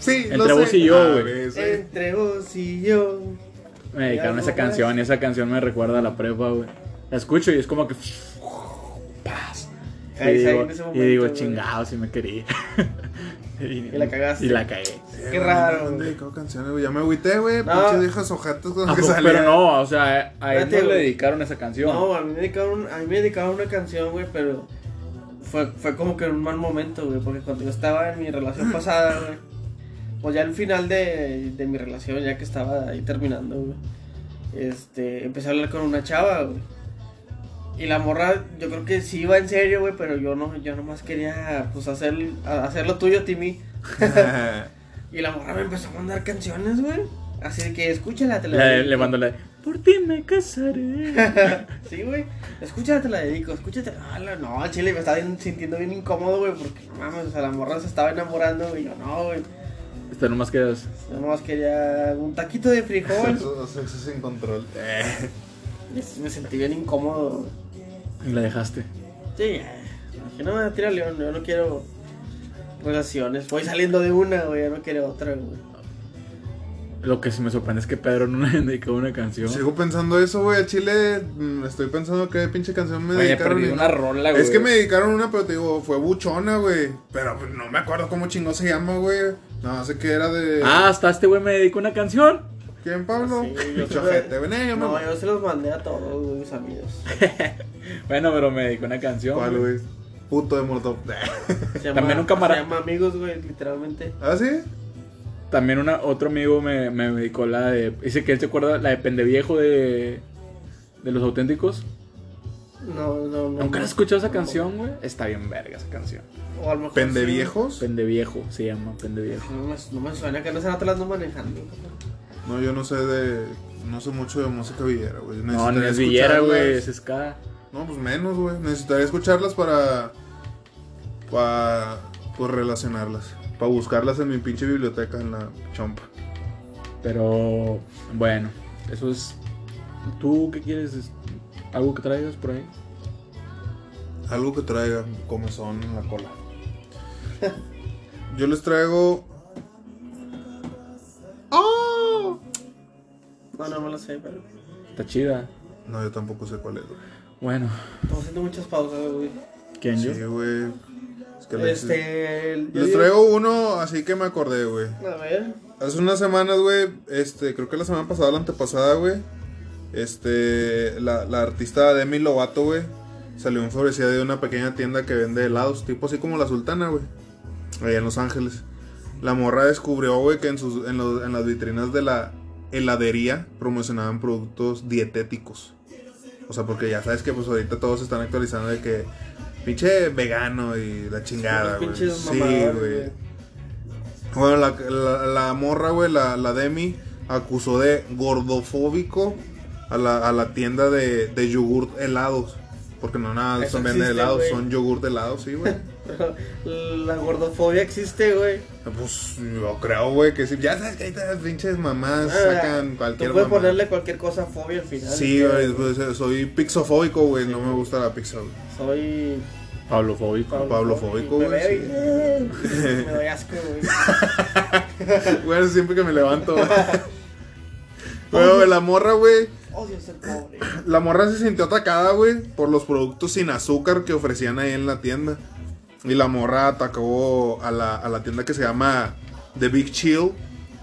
Sí, Entre vos y yo, güey. ABC. Eh, Entre vos y yo. Me dedicaron a esa canción y esa canción me recuerda a la prepa, güey. La escucho y es como que. Paz. Y Ahí está, digo, en ese y momento, digo, güey. chingado, si me quería. y, la cagaste. Y la cagué. Qué raro, ¿Dónde güey. dedicó canciones, güey? Ya me agüité, güey. No. Pinches viejas ojatas con Ah, las que pues, salían. pero no, o sea, a él Espérate, no le güey. dedicaron esa canción. No, a mí me dedicaron, a mí me dedicaron una canción, güey, pero fue, fue como que en un mal momento, güey, porque cuando yo estaba en mi relación pasada, güey, pues ya al final de, de mi relación, ya que estaba ahí terminando, güey, este, empecé a hablar con una chava, güey. Y la morra, yo creo que sí iba en serio, güey, pero yo no, yo nomás quería, pues, hacer, a- hacer lo tuyo, Timmy. Y la morra me empezó a mandar canciones, güey. Así de que escúchala, te la La de- dedico". le mando la de, Por ti me casaré. sí, güey. Escúchala, te la dedico. Escúchate. Ah, la- no, al chile me estaba bien- sintiendo bien incómodo, güey. Porque no mames, o sea, la morra se estaba enamorando, güey. Yo no, güey. Esto nomás quedas. Yo nomás quería un taquito de frijol. Sexo, sexo sin control. Eh. Y me sentí bien incómodo, güey. Y la dejaste. Sí, ya. dije, no, tira león. Yo no quiero relaciones. Voy saliendo de una, güey. Yo no quiero otra, güey. Lo que sí me sorprende es que Pedro no le dedicó una canción. Sigo pensando eso, güey. Al chile mm, estoy pensando qué pinche canción me Oye, dedicaron. perdí y- una rola, Ah, güey. Es que me dedicaron una, pero te digo, fue buchona, güey. Pero pues, no me acuerdo cómo chingón se llama, güey. No sé qué era de. Ah, hasta este güey me dedicó una canción. ¿Quién, Pablo? Ah, Sí, yo Pinche se lo- ojete, ven, eh, No, mamá. yo se los mandé a todos, güey, mis amigos. Bueno, pero me dedicó una canción. ¿Cuál, güey. güey? Puto de Molotov. Se También un camarada- Se llama amigos, güey, literalmente. ¿Ah, sí? También una, otro amigo me, me dedicó la de. Dice que él se acuerda la de Pendeviejo de. De los auténticos. No, no, no. Nunca no. has escuchado esa No. canción, güey. Está bien verga esa canción. O a lo mejor ¿Pende sí. viejos? Pendeviejo se llama, Pendeviejo. No me, no me suena que no se te las ando manejando. No, yo no sé de. No sé mucho de música villera, güey. No, no Necesitaría es Villera, güey. escucharlas. Es Ska. No, pues menos, güey. Necesitaría escucharlas para. Para. Pues relacionarlas. Para buscarlas en mi pinche biblioteca, en la chompa. Pero. Bueno, eso es. ¿Tú qué quieres? Es- ¿Algo que traigas por ahí? Algo que traiga comezón en la cola. Yo les traigo. ¡Oh! No, no me lo sé, pero. Está chida. No, yo tampoco sé cuál es, güey. Bueno, Estamos haciendo muchas pausas, güey. ¿quién yo? Sí, güey. Es que les- Este. el- yo Les digo- traigo uno así que me acordé, güey. A ver. Hace unas semanas, güey, este, creo que la semana pasada, la antepasada, güey, este, la, la artista Demi Lovato, güey, salió enfurecida de una pequeña tienda que vende helados, tipo así como la Sultana, güey, allá en Los Ángeles. La morra descubrió, güey, que en, sus, en, los- en las vitrinas de la heladería promocionaban productos dietéticos. O sea, porque ya sabes que pues ahorita todos se están actualizando de que pinche vegano y la chingada, Los güey. pinches Sí, mamadores, güey. Bueno, la, la, la morra, güey, la, la Demi, acusó de gordofóbico a la, a la tienda de, de yogurt helados. Porque no nada, Eso son venden existe, helados, güey. son yogurt helados, sí, güey. La gordofobia existe, güey. pues yo creo, güey, que sí. Ya sabes que ahí las pinches mamás Ah, sacan cualquier Tú puedes mamá. ponerle cualquier cosa a fobia al final. Sí, güey. güey, pues, eh, soy pixofóbico, güey, no me gusta la pizza, güey. Soy. Pablofóbico. Pablofóbico, Me güey, veo y- sí. Me doy asco, güey. Güey, siempre que me levanto. güey. Güey, güey, la morra, güey. Odio ser pobre. La morra se sintió atacada, güey, por los productos sin azúcar que ofrecían ahí en la tienda. Y la morra atacó a la, a la tienda que se llama The Big Chill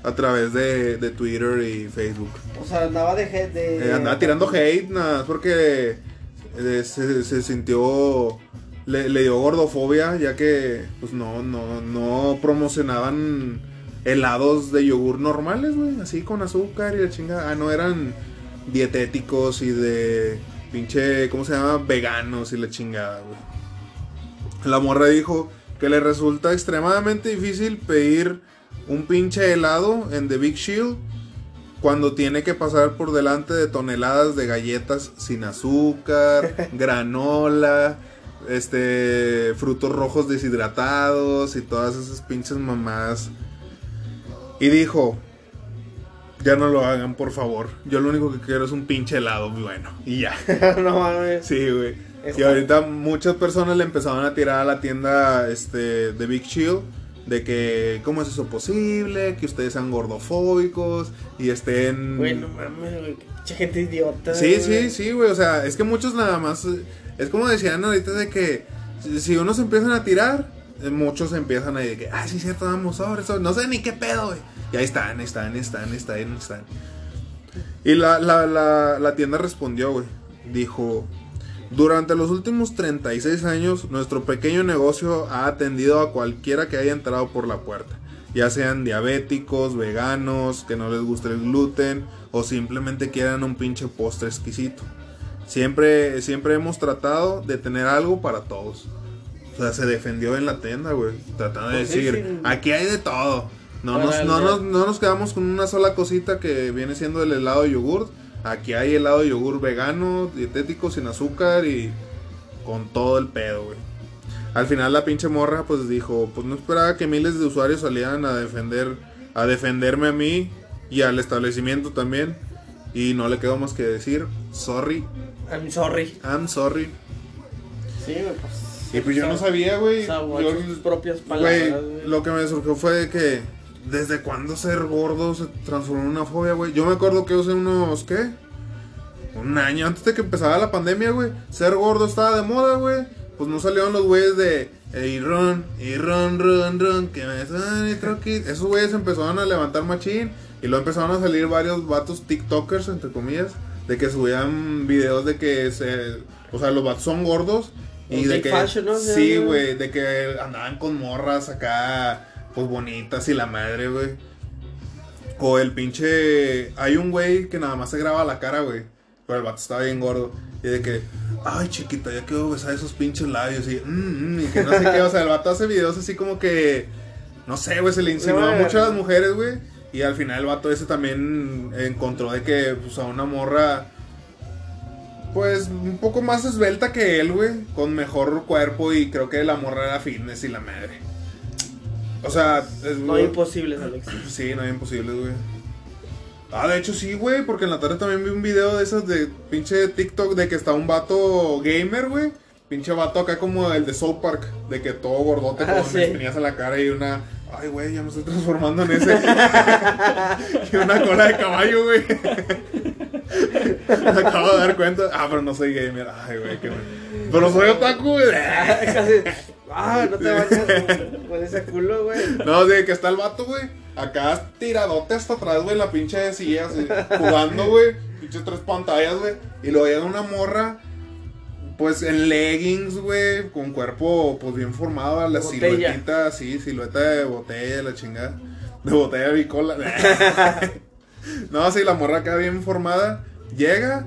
a través de, de Twitter y Facebook. O sea, andaba de. je- de Eh, andaba tirando hate, nada, más porque eh, se, se sintió... Le, le dio gordofobia, ya que pues no, no, no promocionaban helados de yogur normales, güey, así con azúcar y la chingada. Ah, no, eran dietéticos y de pinche, ¿cómo se llama? Veganos y la chingada, güey. La morra dijo que le resulta extremadamente difícil pedir un pinche helado en The Big Shield cuando tiene que pasar por delante de toneladas de galletas sin azúcar, granola, este frutos rojos deshidratados y todas esas pinches mamadas. Y dijo, Ya no lo hagan, por favor. Yo lo único que quiero es un pinche helado bueno. Y ya. no mames. Sí, güey. Y Está- ahorita muchas personas le empezaban a tirar a la tienda este, de Big Chill de que cómo es eso posible, que ustedes sean gordofóbicos y estén... Güey, no mames, güey. Mucha gente idiota. Sí, sí, güey. sí, güey. O sea, es que muchos nada más. eh, Es como decían ahorita de que si- si unos empiezan a tirar, eh, muchos empiezan ahí de que, ah, sí, cierto, vamos sobre eso. No sé ni qué pedo, güey. Y ahí están, ahí están, ahí están, ahí están, ahí están. Y la, la, la, la tienda respondió, güey. Dijo. Durante los últimos 36 años, nuestro pequeño negocio ha atendido a cualquiera que haya entrado por la puerta, ya sean diabéticos, veganos, que no les guste el gluten o simplemente quieran un pinche postre exquisito. Siempre, siempre hemos tratado de tener algo para todos. O sea, se defendió en la tienda, güey, tratando de Pues sí, decir, sí. aquí hay de todo. No, Para nos, el no, de- nos, no nos quedamos con una sola cosita que viene siendo el helado de yogur. Aquí hay helado de yogur vegano, dietético, sin azúcar y con todo el pedo, güey. Al final la pinche morra pues dijo, pues no esperaba que miles de usuarios salieran a defender, a defenderme a mí y al establecimiento también. Y no le quedó más que decir, sorry, I'm sorry. I'm sorry. Sí, güey, pues. Y pues yo no sab- sabía, güey. saboreó Yo- sus propias palabras. Güey, güey. lo que me surgió fue de que desde cuándo ser gordo se transformó en una fobia, güey. Yo me acuerdo que hace unos, ¿qué? Un año antes de que empezara la pandemia, güey. Ser gordo estaba de moda, güey. Pues no salieron los güeyes de Ey, ron, y ron, ron, ron, que me suena y troqui. Esos güeyes empezaron a levantar machín. Y luego empezaron a salir varios vatos TikTokers, entre comillas, de que subían videos de que se. O sea, los vatos son gordos. Y Un de fake que. fashion, ¿no? Sí, Ya, ya. güey. De que andaban con morras acá, pues bonitas y la madre, güey. O el pinche. Hay un güey que nada más se graba la cara, güey. Pero el vato estaba bien gordo. Y de que, ay chiquita, ya quiero besar esos pinches labios. Y, "Mm, mm", y que no sé qué. O sea, el vato hace videos así como que. No sé, güey, se le insinuó vale mucho a las verga. mujeres, güey. Y al final el vato ese también encontró de que, pues, a una morra. Pues un poco más esbelta que él, güey. Con mejor cuerpo y creo que la morra era fitness y la madre. O sea, es No imposibles, Alex. Sí, no hay imposibles, güey. Ah, de hecho sí, güey, porque en la tarde también vi un video de esas de pinche TikTok de que está un vato gamer, güey. Pinche vato acá como el de South Park, de que todo gordote Ah, con sí. espinillas en la cara y una... Ay, güey, ya me estoy transformando en ese. y una cola de caballo, güey. me acabo de dar cuenta. Ah, pero no soy gamer. Ay, güey, qué bueno. Pero soy otaku, güey. Casi- Ah, no te bañas con ese culo, güey. No, de que está el vato, güey. Acá tiradote hasta atrás, güey, la pinche de silla, así, jugando, güey. Pinche tres pantallas, güey. Y luego llega una morra, pues en leggings, güey, con cuerpo, pues bien formado, a la Botella. siluetita, sí, silueta de botella, la chingada. De botella de bicola. no, sí, la morra acá bien formada. Llega,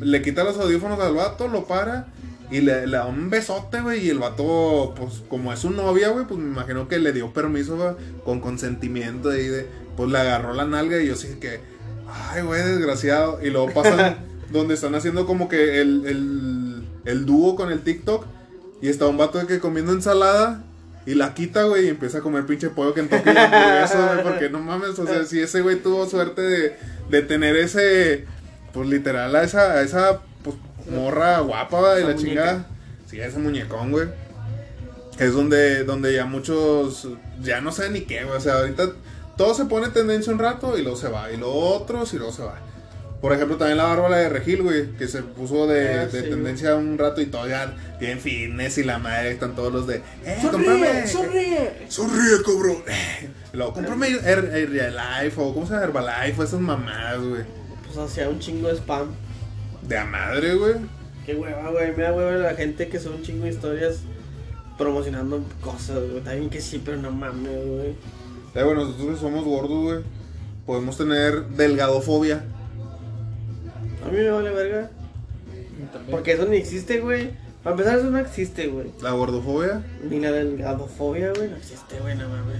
le quita los audífonos al vato, lo para y le, le da un besote, güey. Y el vato, pues como es su novia, güey, pues me imagino que le dio permiso güey, con consentimiento y de, pues le agarró la nalga y yo sí que, ay, güey, desgraciado. Y luego pasan donde están haciendo como que el, el, el dúo con el TikTok y está un vato de que comiendo ensalada. Y la quita, güey, y empieza a comer pinche pollo que en toque hamburguesa, güey, porque no mames, o sea, si ese güey tuvo suerte de, de tener ese, pues literal a esa, a esa pues, morra guapa va, de Esa la muñeca. chingada. Sí, a ese muñecón, güey. Es donde, donde ya muchos, ya no sé ni qué, güey. O sea, ahorita todo se pone tendencia un rato y luego se va. Y luego otros y luego se va. Por ejemplo, también la Bárbara de Regil, güey, que se puso de, Ah, de sí, tendencia un rato y todavía tienen fitness y la madre, están todos los de... ¡Eh, Sonríe, cómprame! sonríe. Sonríe, cabrón. Y luego, cómprame Her- Her- Herbalife o ¿cómo se llama? Herbalife o esas mamadas, güey. Pues hacía un chingo de spam. De a madre, güey. Eh, Qué hueva, güey. Me da hueva la gente que son un chingo de historias promocionando cosas, güey. Está bien que sí, pero no mames, güey. Ya, güey, nosotros que somos gordos, güey. Podemos tener delgadofobia. A mí me vale verga. Porque eso ni existe, güey. Para empezar, eso no existe, güey. La gordofobia. Ni la delgadofobia, güey. No existe, güey, no mames.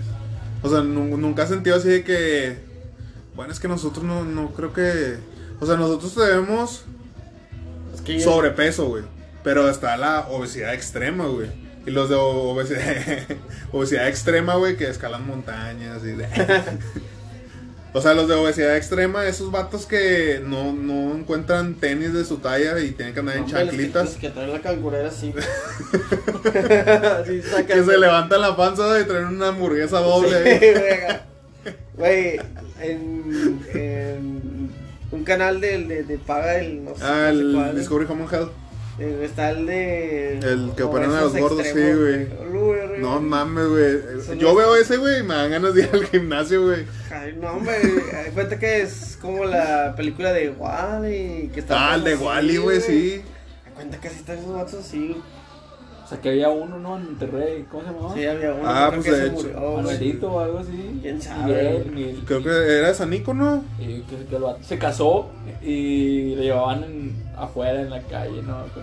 O sea, nu- nunca has sentido así de que. Bueno, es que nosotros no, no creo que. O sea, nosotros tenemos Es que yo- sobrepeso, güey. Pero está la obesidad extrema, güey. Y los de o- obesidad, obesidad extrema, güey, que escalan montañas y de- O sea, los de obesidad extrema, esos vatos que no, no encuentran tenis de su talla y tienen que andar en Hombre, los que- pues, los chanclitas. que traen la cangurera así. güey. Sí, Que, sacan- se levantan la panza y traen una hamburguesa doble. Sí, verga. Güey, en, en un canal del de, de paga el no sé, Ah, no sé el cuál, Discovery Home and Health. eh, está el de El que operan a los obesos gordos, sí, extremos, güey. Uy, güey. No mames, güey. Son Yo los- veo ese, güey, y me dan ganas de ir al gimnasio, güey. Ay, no, hombre, haz cuenta que es como la película de Wally. Que está Ah, el de así, Wally, güey, sí. Haz cuenta que sí están esos vatos, sí. O sea, que había uno, ¿no? En Monterrey, ¿cómo se llamaba? Sí, había uno. Ah, creo pues, que de se hecho. murió, güey. Alberito o algo así. ¿Quién sabe? Miguel, Miguel. Creo que era de Sanico, ¿no? Y que, que el vato se casó y le llevaban en- afuera en la calle, ¿no? Con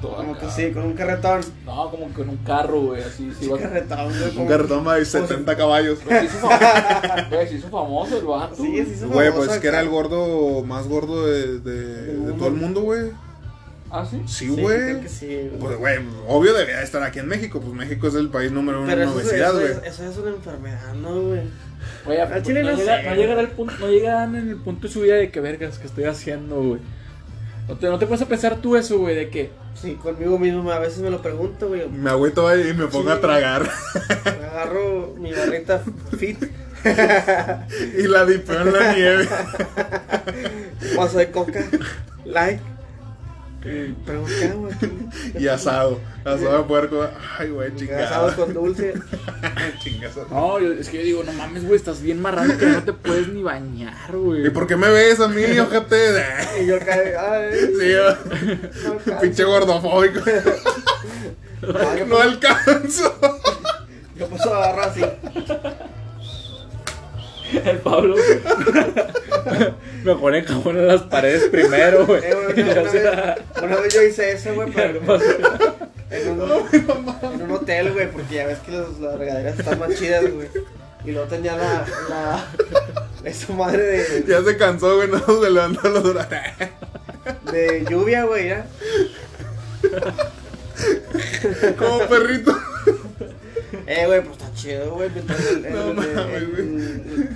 todo Como acá. que sí, con un carretón. No, como con un carro, güey, así. Se Sí, iba... carretón, güey. Un como- carretón de 70 caballos. Se hizo famoso, güey, se hizo famoso el vato. Sí, sí, se Güey, famoso pues que era acá. el gordo más gordo de, de- Del de mundo. todo el mundo, güey. Ah, sí. Sí, Sí, güey. creo que sí, güey. Pues, güey, obvio debería de estar aquí en México. Pues México es el país número uno Pero en eso, es- obesidad, eso güey. es, eso es una enfermedad, ¿no, güey? Oye, Al chile pues, no, no llega- sé. no llegan al punto, no llegan en el punto de su vida de que vergas que estoy haciendo, güey. No te, no te pones a pensar tú eso, güey, de que Sí, conmigo mismo a veces me lo pregunto, güey. Me agüito ahí y me pongo Sí. a tragar. Agarro mi barrita fit. y la dipeo en la nieve. Vaso de coca. Like. Y, Pero ¿qué hago aquí? y asado. Asado de puerco. Ay, güey, Asado chingada. con dulce. Chingada. no, yo- es que yo digo, no mames, güey, estás bien marrano que no te puedes ni bañar, güey. ¿Y por qué me ves a mí, ojete? Y yo caí. Ay, Sí, no alcanzo. pinche gordofóbico. No, yo, No alcanzo. yo paso a agarrar así. Eh, El Pablo güey. mejor enjabona las paredes primero, güey. Eh, güey, una, una vez, una vez yo hice eso, güey, pero en un, en un hotel, güey, porque ya ves que los- las regaderas están más chidas, güey. Y luego tenía la, la, esa madre de, Ya se cansó, güey. No se levantó los brazos. de lluvia, güey, ya. Como perrito. Eh, güey, pues está chido, güey. Mientras el, el, No el- mames, el- güey. el-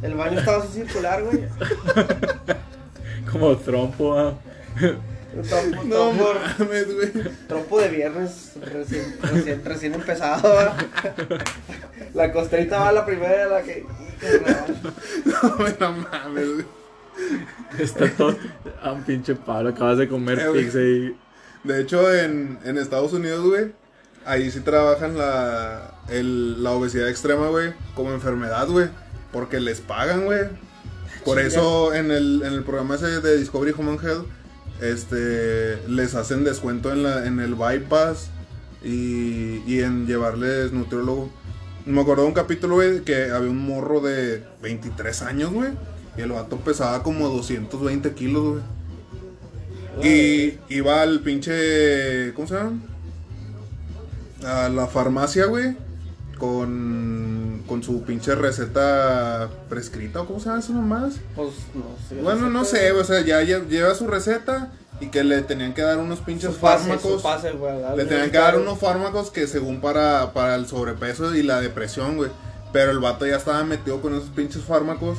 el baño estaba así circular, güey. Como trompo, ah. Trompo, No trompo, mames, güey. trompo de viernes recién, recién, recién empezado. ¿va? La costrita va la primera, la que. No, güey, no mames, güey. Está todo. Ah, pinche Pablo, acabas de comer Eh, güey. pizza y. De hecho, en, en Estados Unidos, güey, ahí sí trabajan la, el- la obesidad extrema, güey, como enfermedad, güey. Porque les pagan, güey. Por eso en el, en el programa ese de Discovery Human Health, este, les hacen descuento en, la, en el bypass y, y en llevarles nutriólogo. Me acuerdo de un capítulo, güey, que había un morro de 23 años, güey. Y el vato pesaba como 220 kilos, güey. Y iba al pinche. ¿Cómo se llama? A la farmacia, güey. Con, con su pinche receta prescrita, o cómo se llama eso nomás. Pues no sé. Bueno, no sé, o sea, ya lle- lleva su receta y que le tenían que dar unos pinches Su pase, fármacos. su pase, güey, ¿verdad? Le tenían que dar unos fármacos que según para, para el sobrepeso y la depresión, güey. Pero el vato ya estaba metido con esos pinches fármacos.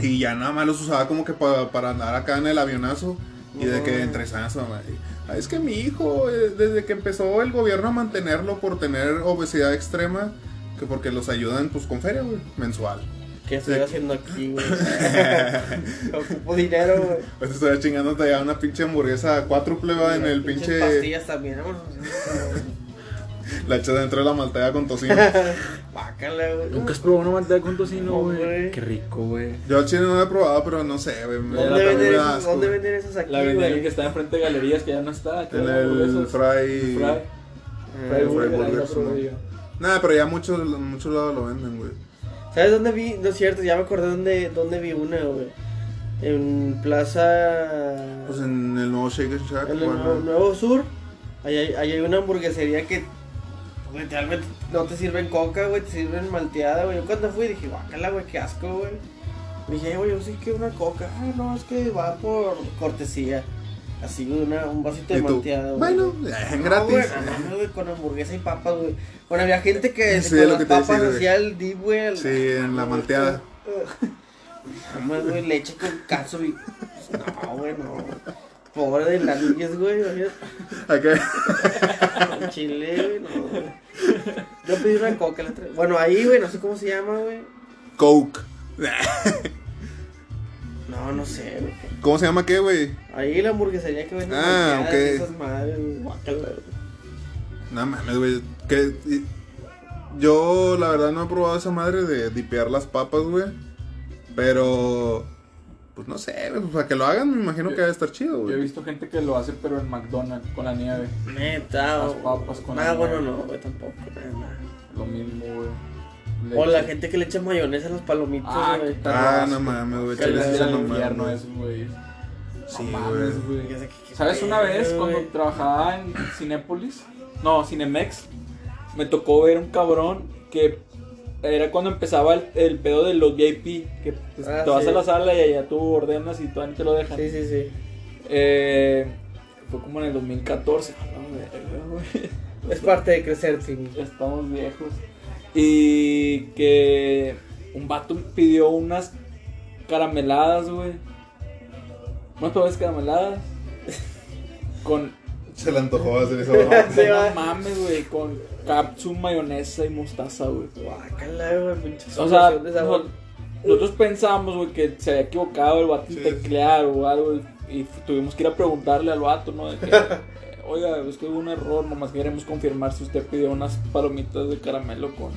Y ya nada más los usaba como que pa- para andar acá en el avionazo. Y de que Ujú. entresaban a su mamá. y, "Ay, Es que mi hijo, eh, desde que empezó el gobierno a mantenerlo por tener obesidad extrema, que porque los ayudan pues con feria, güey, mensual. ¿Qué estoy haciendo aquí, güey? Ocupo dinero, güey. Pues te estoy chingando te una pinche hamburguesa cuádruple va en el Pinches pinche. pastillas también, hermano. La echas dentro de la malteada con tocino. Bácala, güey. Nunca has probado una malteada con tocino, No, güey. güey. Qué rico, güey. Yo al chile no lo he probado, pero no sé, güey. me- La ¿Dónde venden me da esos, asco, ¿dónde güey. venden esos aquí, La vendería que güey? está enfrente de galerías que ya no está. que En era el hamburguesas. fry. Fry. Eh, Fry Burger, ahí la Burgers, probé ¿no? yo. Nada, pero ya muchos muchos lados lo venden, güey. Ah. ¿Sabes dónde vi? No es cierto, ya me acordé dónde, dónde vi una, güey. En Plaza. Pues en el nuevo Shake Shack. en el bueno, Nuevo, Nuevo Sur. Ahí hay, ahí hay una hamburguesería que literalmente no te sirven coca, güey, te sirven malteada, güey. Yo cuando fui dije, guacala, güey, qué asco, güey. Dije, "Eh, güey, yo sí quiero una coca. Ay, no, es que va por cortesía. Así, una, un vasito de y tú, malteada, güey. bueno, eh, No, gratis. Ah, güey, no mames, güey, con hamburguesa y papas, güey. Bueno, había gente que Sí, con es lo las que te papas decía, güey. hacía el dip, güey. al- Sí, en la malteada. Hombre, güey, leche con caso y. No, güey, no. Pobre de las niñas, güey. oye, Acá. Con chile, güey, no, güey. Yo pedí una coca la otra vez. Bueno, ahí, güey, no sé cómo se llama, güey. Coke. No, no sé, güey. ¿Cómo se llama qué, güey? Ahí la hamburguesería que venden Ah, malteadas ok. y esas madres, güey, guácala, güey. No mames, güey. que- y- Yo, la verdad, no he probado esa madre de dipear las papas, güey. Pero. Pues no sé, güey. Para que lo hagan, me imagino Yo- que va a estar chido, Yo he güey. visto gente que lo hace, pero en McDonald's, con la nieve. Neta, Las güey. papas con Nah, la bueno, nieve. no, güey, tampoco. nada, nada. Lo mismo, güey. O la Leche. gente que le echa mayonesa a los palomitos, Ah, güey. qué Ah, Tabasco. no mames, güey. Que chile, les sí, digan no al invierno mames. eso, güey. Sí, No mames, güey. güey. Ya sé que- ¿Sabes una vez Güey. cuando trabajaba en Cinépolis? No, Cinemex. Me tocó ver un cabrón que era cuando empezaba el, el pedo de los VIP. Que pues, Ah, te vas sí. a la sala y allá tú ordenas y todavía no te lo dejan. Sí, sí, sí. Eh, fue como en el 2014. A la verga, Ah, güey. Es parte de crecer, sí. Estamos viejos. Y que un vato pidió unas carameladas, güey. Unas pobres carameladas. Con. Se le antojó hacer eso. Sí, no va. mames, güey. Con capsu, mayonesa y mostaza, güey. Guácala, güey, pinche O sea, explosión de sabor. no- nosotros pensamos, güey, que se había equivocado el vato Sí, en teclear o algo. Y f- tuvimos que ir a preguntarle al vato, ¿no? De que, eh, Oiga, es que hubo un error, nomás queremos confirmar si usted pidió unas palomitas de caramelo con,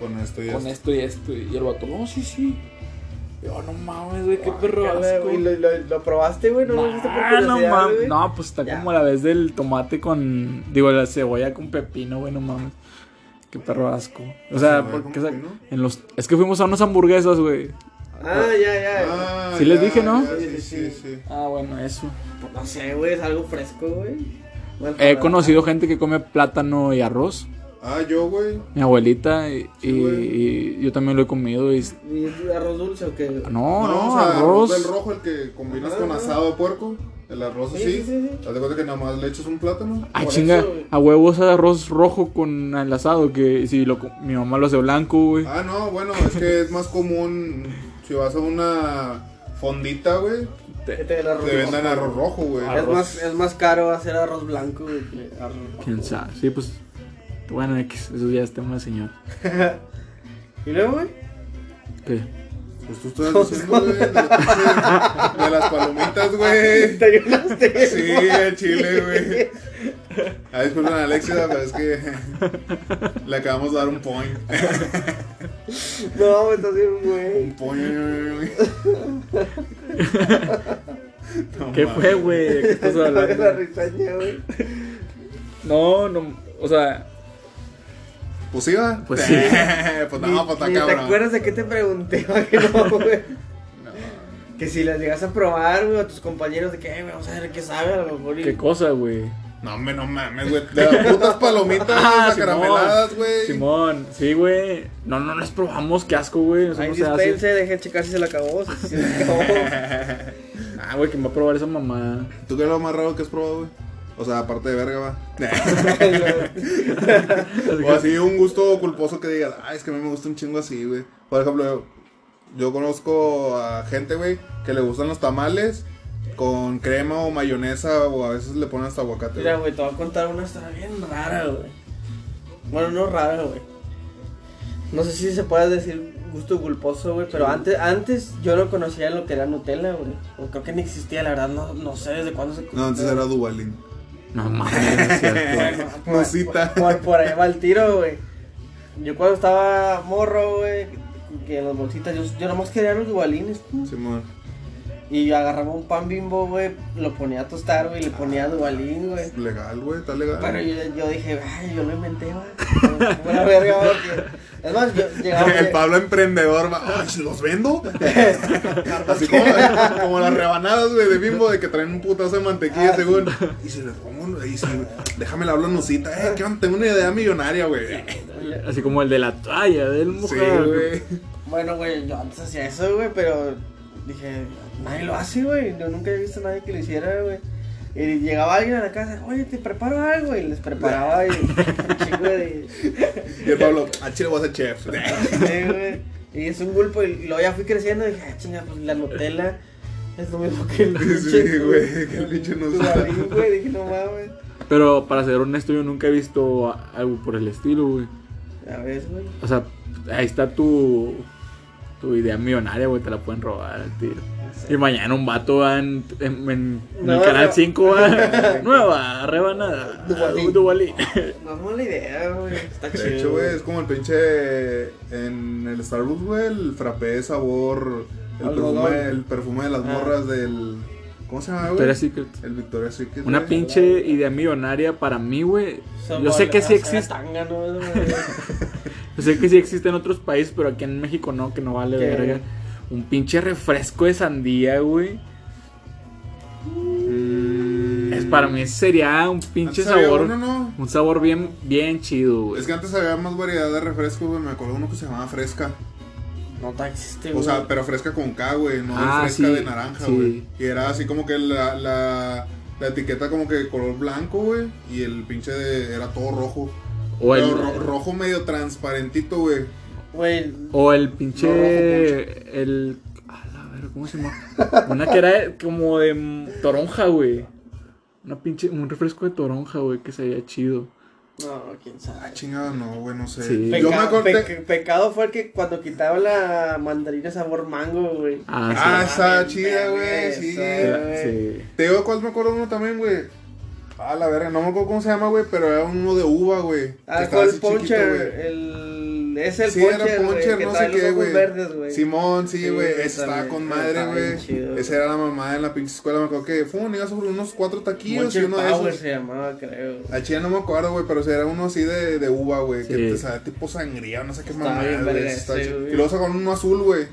Con esto y con este. esto. esto y esto. Y el vato, no, sí, sí. Yo, no mames, güey, qué perro Guácala, asco. güey, ¿Y lo, lo, lo probaste, güey? No, lo hiciste por Nah, Ah, no curiosidad, mames. güey? No, pues está Ya. como la vez del tomate con. Digo, la cebolla con pepino, güey, no mames. Qué perro asco. O sea, ¿Cebolla con porque. o sea, pepino? en los, es que fuimos a unas hamburguesas, güey. Ah, ya, ya. Ah, Sí les ya, dije, ¿no? ya, sí, sí, sí. Ah, bueno, eso. No sé, güey, es algo fresco, güey. Mal He paladar. conocido gente que come plátano y arroz. Ah, yo, güey. Mi abuelita y, Sí, y- güey. y yo también lo he comido. Y, ¿Y es arroz dulce o qué? no, güey? no, o sea, arroz. El rojo, el que combinas Ah. con asado de puerco. El arroz Sí, así. sí, sí, sí. Haz de cuenta que nada más le echas un plátano. Ah, por chinga, eso, güey. a huevos arroz rojo con el asado. Que si lo, co- mi mamá lo hace blanco, güey. Ah, no, bueno, es que es más común si vas a una fondita, güey, Que te den arroz te vendan rojo, arroz rojo, güey. güey. Es más, es más caro hacer arroz blanco, güey, que arroz rojo. Quién sabe. Sí, pues. Bueno, X, eso ya es tema de señor. ¿Y luego, güey? ¿Qué? Pues tú estás diciendo, güey, de, la pinche- de las palomitas, güey. ¿Te ayudaste? Sí, el chile, güey. Ah, disculpen a Alexia, pero es que le acabamos de dar un point. No, me estás bien, güey. Un point. No ¿Qué mames. fue, güey? ¿De qué estás hablando? La risaña, güey. No, no. O sea, Pues sí, va. Pues sí. pues no, pues Ni- está ni ¿Te cabrón. acuerdas de qué te pregunté, va, que no, güey? Que si las llegas a probar, güey, a tus compañeros, de que, "Eh, güey, vamos a ver qué sabe, a lo mejor. y- ¿qué cosa, güey? No, hombre, no mames, güey. De las putas palomitas, Ah, las Simón. carameladas, güey. Simón, sí, güey. No, no las probamos, qué asco, güey. Eso Ay, no se hace. dispense, dejen checar si se la acabó. Si se la acabó. Ah, güey, ¿quién va a probar esa mamá? ¿Tú qué es lo más raro que has probado, güey? O sea, aparte de verga, va. o así un gusto culposo que digas, ay, es que a mí me gusta un chingo así, güey. Por ejemplo, yo, yo conozco a gente, güey, que le gustan los tamales con crema o mayonesa o a veces le ponen hasta aguacate. Mira, güey. güey, te voy a contar una historia bien rara, güey. Bueno, no rara, güey. No sé si se puede decir gusto culposo, güey, pero antes, antes yo no conocía lo que era Nutella, güey. O Creo que ni existía, la verdad, no, no sé desde cuándo se No, antes era Dubalín. No mames, es cierto. Bueno, Nusita. Por, por- por ahí va el tiro, güey. Yo cuando estaba morro, güey, que en las bolsitas, yo, yo nomás quería los dubalines, Simón. y yo agarraba un pan bimbo, güey, lo ponía a tostar, güey, y le ponía dubalín, güey. Legal, güey, está legal. Pero yo, yo dije, ay, yo lo inventé, güey. Buena verga, güey. que- Es más, yo llegaba. El Pablo emprendedor, va, "Ay, ¿los vendo? Así como, como las rebanadas, güey, de bimbo, de que traen un putazo de Ah, mantequilla, según. Y se le pongo, y se, déjame la hablo Nusita, eh, que tengo una idea millonaria, güey. Así como el de la toalla, del Sí, mujer. güey. Bueno, güey, yo antes hacía eso, güey, pero dije, nadie lo hace, güey. Yo nunca he visto a nadie que lo hiciera, güey. Y llegaba alguien a la casa, oye, te preparo algo, y les preparaba, y un chingo de. Ah, Y el Pablo, a chile voy a ser chef. Sí, güey. Y es un gulpo y luego ya fui creciendo y dije, ah, chinga, pues la Nutella es lo mismo que el pinche. Sí, güey, que el pinche no Dubalín, güey, dije, no mames. Pero para ser honesto, yo nunca he visto a- algo por el estilo, güey. A ver, güey. O sea, ahí está tu, tu idea millonaria, güey. Te la pueden robar al tiro. Y mañana un vato va en, en- en- en el No, canal no. 5 va nueva rebanada. Duvalín. Duvalín. No es mala idea, güey. Está chido. De hecho, güey, es como el pinche. En el Starbucks, güey, el frappé de sabor. El Algodón. perfume, el perfume de las morras del. ¿Cómo se llama, güey? Victoria's Ah. Secret. El Victoria's Secret. Una güey. pinche idea millonaria para mí, güey. Son Yo sé que sí bolas, existe. tanga, ¿no? Es, güey. Yo sé que sí existe en otros países, pero aquí en México no, que no vale ¿Qué? verga. Un pinche refresco de sandía, güey. Mm. Es, para mí sería un pinche Antes había sabor. uno, ¿no? Un sabor bien, bien chido, güey. Es que antes había más variedad de refrescos, güey. Me acuerdo uno que se llamaba Fresca. No está existe, O güey. sea, pero fresca con K, güey, no Ah, fresca sí, de naranja, sí. güey. Y era así como que la, la, la etiqueta como que de color blanco, güey, y el pinche de- era todo rojo. o, el, Pero ro- rojo medio transparentito, güey. Güey, o el No, rojo pinche. el. A la verga, ¿cómo se llama? Una que era de- como de mm, toronja, güey. Una pinche. Un refresco de toronja, güey, que sería chido. no, quién sabe. Ah, chingada, no, güey, no sé. Sí. Yo me Peca- acordé. pe- pecado fue el que cuando quitaba la mandarina sabor mango, güey. Ah, sí. Ah, estaba sí. chida, güey, sí. Esa, güey. sí. Te digo cuál me acuerdo uno también, güey. Ah, la verga, no me acuerdo cómo se llama, güey, pero era uno de uva, güey. que Ah, estaba ¿cuál así chiquito, Poncher? güey. el... Es el sí, Poncher, era güey, Poncher, que no trae sé los qué, ojos güey. verdes, güey. Simón, sí, Sí, güey. esa güey, estaba también. con Estaba madre, bien chido, güey. güey. Esa era la mamá en la pinche escuela. Me acuerdo que fue un iba sobre unos cuatro taquillos Poncher y uno de Power esos. se llamaba, creo. A Chile no me acuerdo, güey, pero o sea, era uno así de, de uva, güey. Que Sí. te sabe tipo sangría, no sé qué Estaba mamá. bien güey, verga está ese, chido. güey. Y luego sacaron uno azul, güey.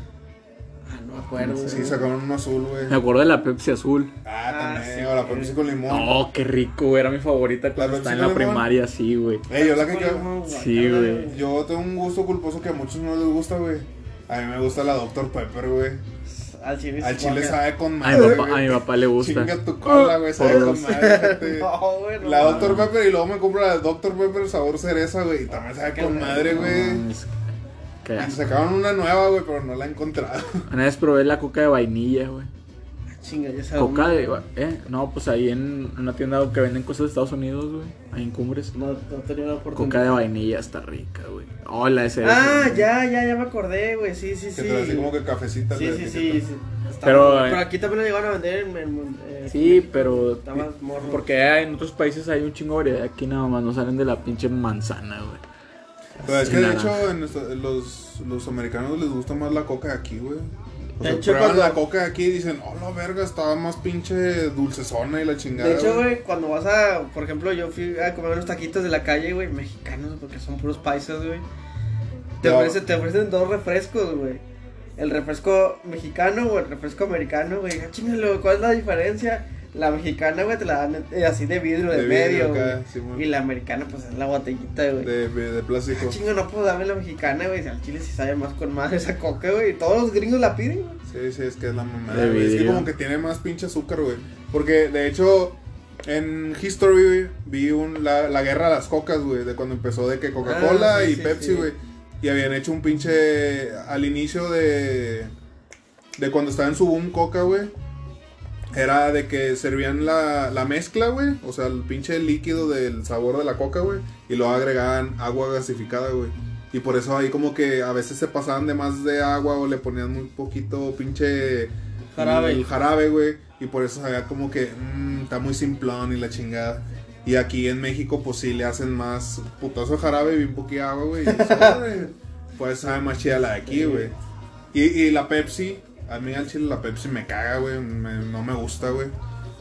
Ah, no me acuerdo, güey. Sí, sacaron uno azul, güey. Me acuerdo de la Pepsi azul. Ah, Ah, también. sí. o la Pepsi con limón. Oh, qué rico, güey. Era mi favorita cuando Ah. ¿La estaba en la Pepsi con limón? primaria, sí, güey. Ey, yo la que Con yo, limón, guacala, Sí, güey. yo tengo un gusto culposo que a muchos no les gusta, güey. A mí me gusta la Dr. Pepper, güey. Al chile, Al chile guacala. sabe con A mi madre, papá, a mi güey. papá le gusta. Chinga tu cola, güey. Sabe Por con dos. madre. güey. No, güey, no. La Dr. Pepper y luego me compro la Dr. Pepper sabor cereza, güey. Y también sabe con madre, No, güey. es- que- Y sacaron una nueva, güey, pero no la he encontrado. Una vez probé la coca de vainilla, güey. Ah, Chinga, ya sabes. Coca de. va- ¿Eh? No, pues ahí en una tienda que venden cosas de Estados Unidos, güey. Ahí en Cumbres. No, no tenía la oportunidad. Coca de vainilla está rica, güey. Hola, ese. Ah, ya, ya, ya me acordé, güey. Sí, sí, Que sí. trae así como que cafecita. Sí, la sí, sí. etiqueta. sí. Está Pero, bueno. eh, pero aquí también lo llegaron a vender en. en- eh, Sí, pero. eh, Está más morro. Porque en otros países hay un chingo de variedad. Aquí nada más no salen de la pinche manzana, güey. Pero es Sí, que de nada. hecho en esta- los, los americanos les gusta más la coca de aquí, güey. O De sea, hecho, prueban cuando- la coca de aquí y dicen, oh, la verga, estaba más pinche dulcezona y la chingada. De hecho, güey, cuando vas a, por ejemplo, yo fui a comer unos taquitos de la calle, güey, mexicanos, porque son puros paisas, güey. Te, No. ofrecen, te ofrecen dos refrescos, güey. El refresco mexicano o el refresco americano, güey. Ah, chingalo, ¿cuál es la diferencia? La mexicana, güey, te la dan eh, así de vidrio, de, De vidrio medio, acá, güey. Simón. y la americana, pues, es la botellita, güey. De, de, de plástico. Ah, Chingo, no puedo darme la mexicana, güey. si Al chile sí sabe más con más esa coca, güey. Todos los gringos la piden, güey. Sí, sí, es que es la mamada, De güey. Es que vidrio. como que tiene más pinche azúcar, güey. Porque, de hecho, en History, güey, vi un, la, la guerra de las cocas, güey. De cuando empezó de que Coca-Cola Ah, sí, y sí, Pepsi, sí. güey. Y habían hecho un pinche... Al inicio de... De cuando estaba en su boom Coca, güey. Era de que servían la, la mezcla, güey. O sea, el pinche líquido del sabor de la coca, güey. Y luego agregaban agua gasificada, güey. Y por eso ahí como que a veces se pasaban de más de agua o le ponían muy poquito pinche... Jarabe. el jarabe, güey. Y por eso sabía como que "Mm, está muy simplón y la chingada. Y aquí en México pues sí le hacen más putazo de jarabe y un poquito de agua, güey. Y eso, güey, Pues sabe más chida la de aquí, güey. Y, y la Pepsi, a mí al chile la Pepsi me caga, güey. me- no me gusta, güey.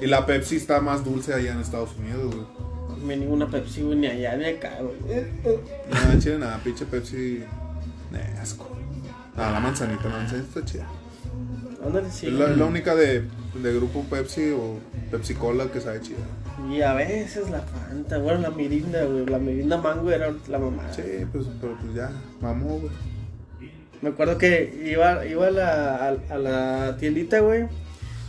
Y la Pepsi está más dulce allá en Estados Unidos, güey. No hay ninguna Pepsi, güey, ni allá, ni acá, güey. Eh, eh. No, al chile nada, pinche Pepsi. nah, asco. Ah, la manzanita, la manzanita está chida. Ándale, sí. Es la, la única de, de grupo Pepsi o Pepsi Cola que sabe chida. Y a veces la Fanta, bueno, la Mirinda, güey. La Mirinda Mango era la mamá. Sí, pues, pero pues ya, mamó, güey. Me acuerdo que iba, iba a, la, a, a la tiendita, güey.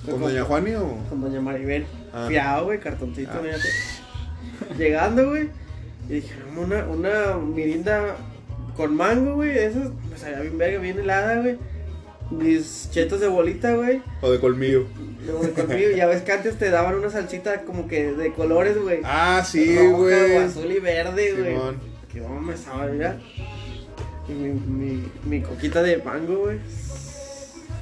Me ¿Con comp- Doña Juani o? Con Doña Maribel. Ah. Fiado, güey, cartoncito, Ah. fíjate. Llegando, güey. Y dije, "No, una, una Mirinda con mango, güey. Esas, pues allá bien verga, bien helada, güey. Mis chetos de bolita, güey. O de colmillo. Luego de colmillo. ya ves que antes te daban una salsita como que de colores, güey. Ah, sí, Roja, güey. Azul y verde, güey. Simón. Que no me estaba, mira. Y mi, mi, mi coquita de mango, güey.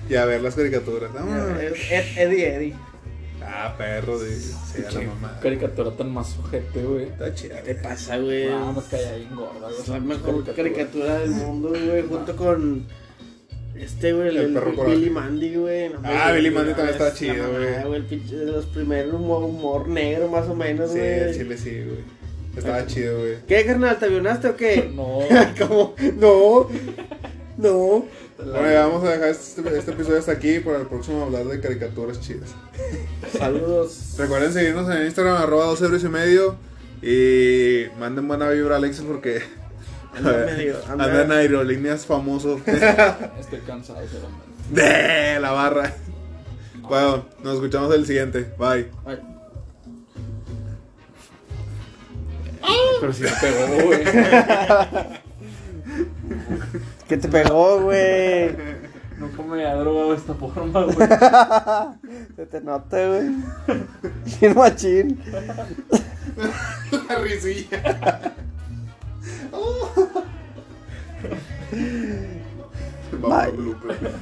Y a ver las caricaturas. Ya Ah, ves, Ed- Eddie, Eddie. ah perro de. Sí, a la mamá. Caricatura tan más ojete, güey. Está chida. ¿Qué te pasa, güey? Ah, me caía bien gorda, güey. Es la Eh, mejor caricatura del mundo, güey. Junto con este, güey, el, El perro coraje. Billy Mandy, güey. No, Ah, Billy güey, Mandy no, también es está la chido, mamá, güey. El pinche de los primeros humor, humor negro, más o menos, Sí, güey. el chile sí, güey. Estaba chido, güey. ¿Qué, carnal? ¿Te avionaste o qué? No, ¿Cómo? No. No. Bueno, ya vamos a dejar este, este episodio hasta aquí. Para el próximo hablar de caricaturas chidas. Saludos. Recuerden seguirnos en Instagram, arroba 12 euros y medio. Y manden buena vibra a Alexis porque Anda medio- anda- andan aerolíneas famosos estoy cansado solamente. de la barra. Bueno, nos escuchamos el siguiente. Bye. Ay, Pero si me pegó, güey. ¿Qué te pegó, güey? Nunca me había drogado de esta forma, güey. Se te nota, güey. Chin machín. La risilla. Bye. Oh. Vamos, Lupe.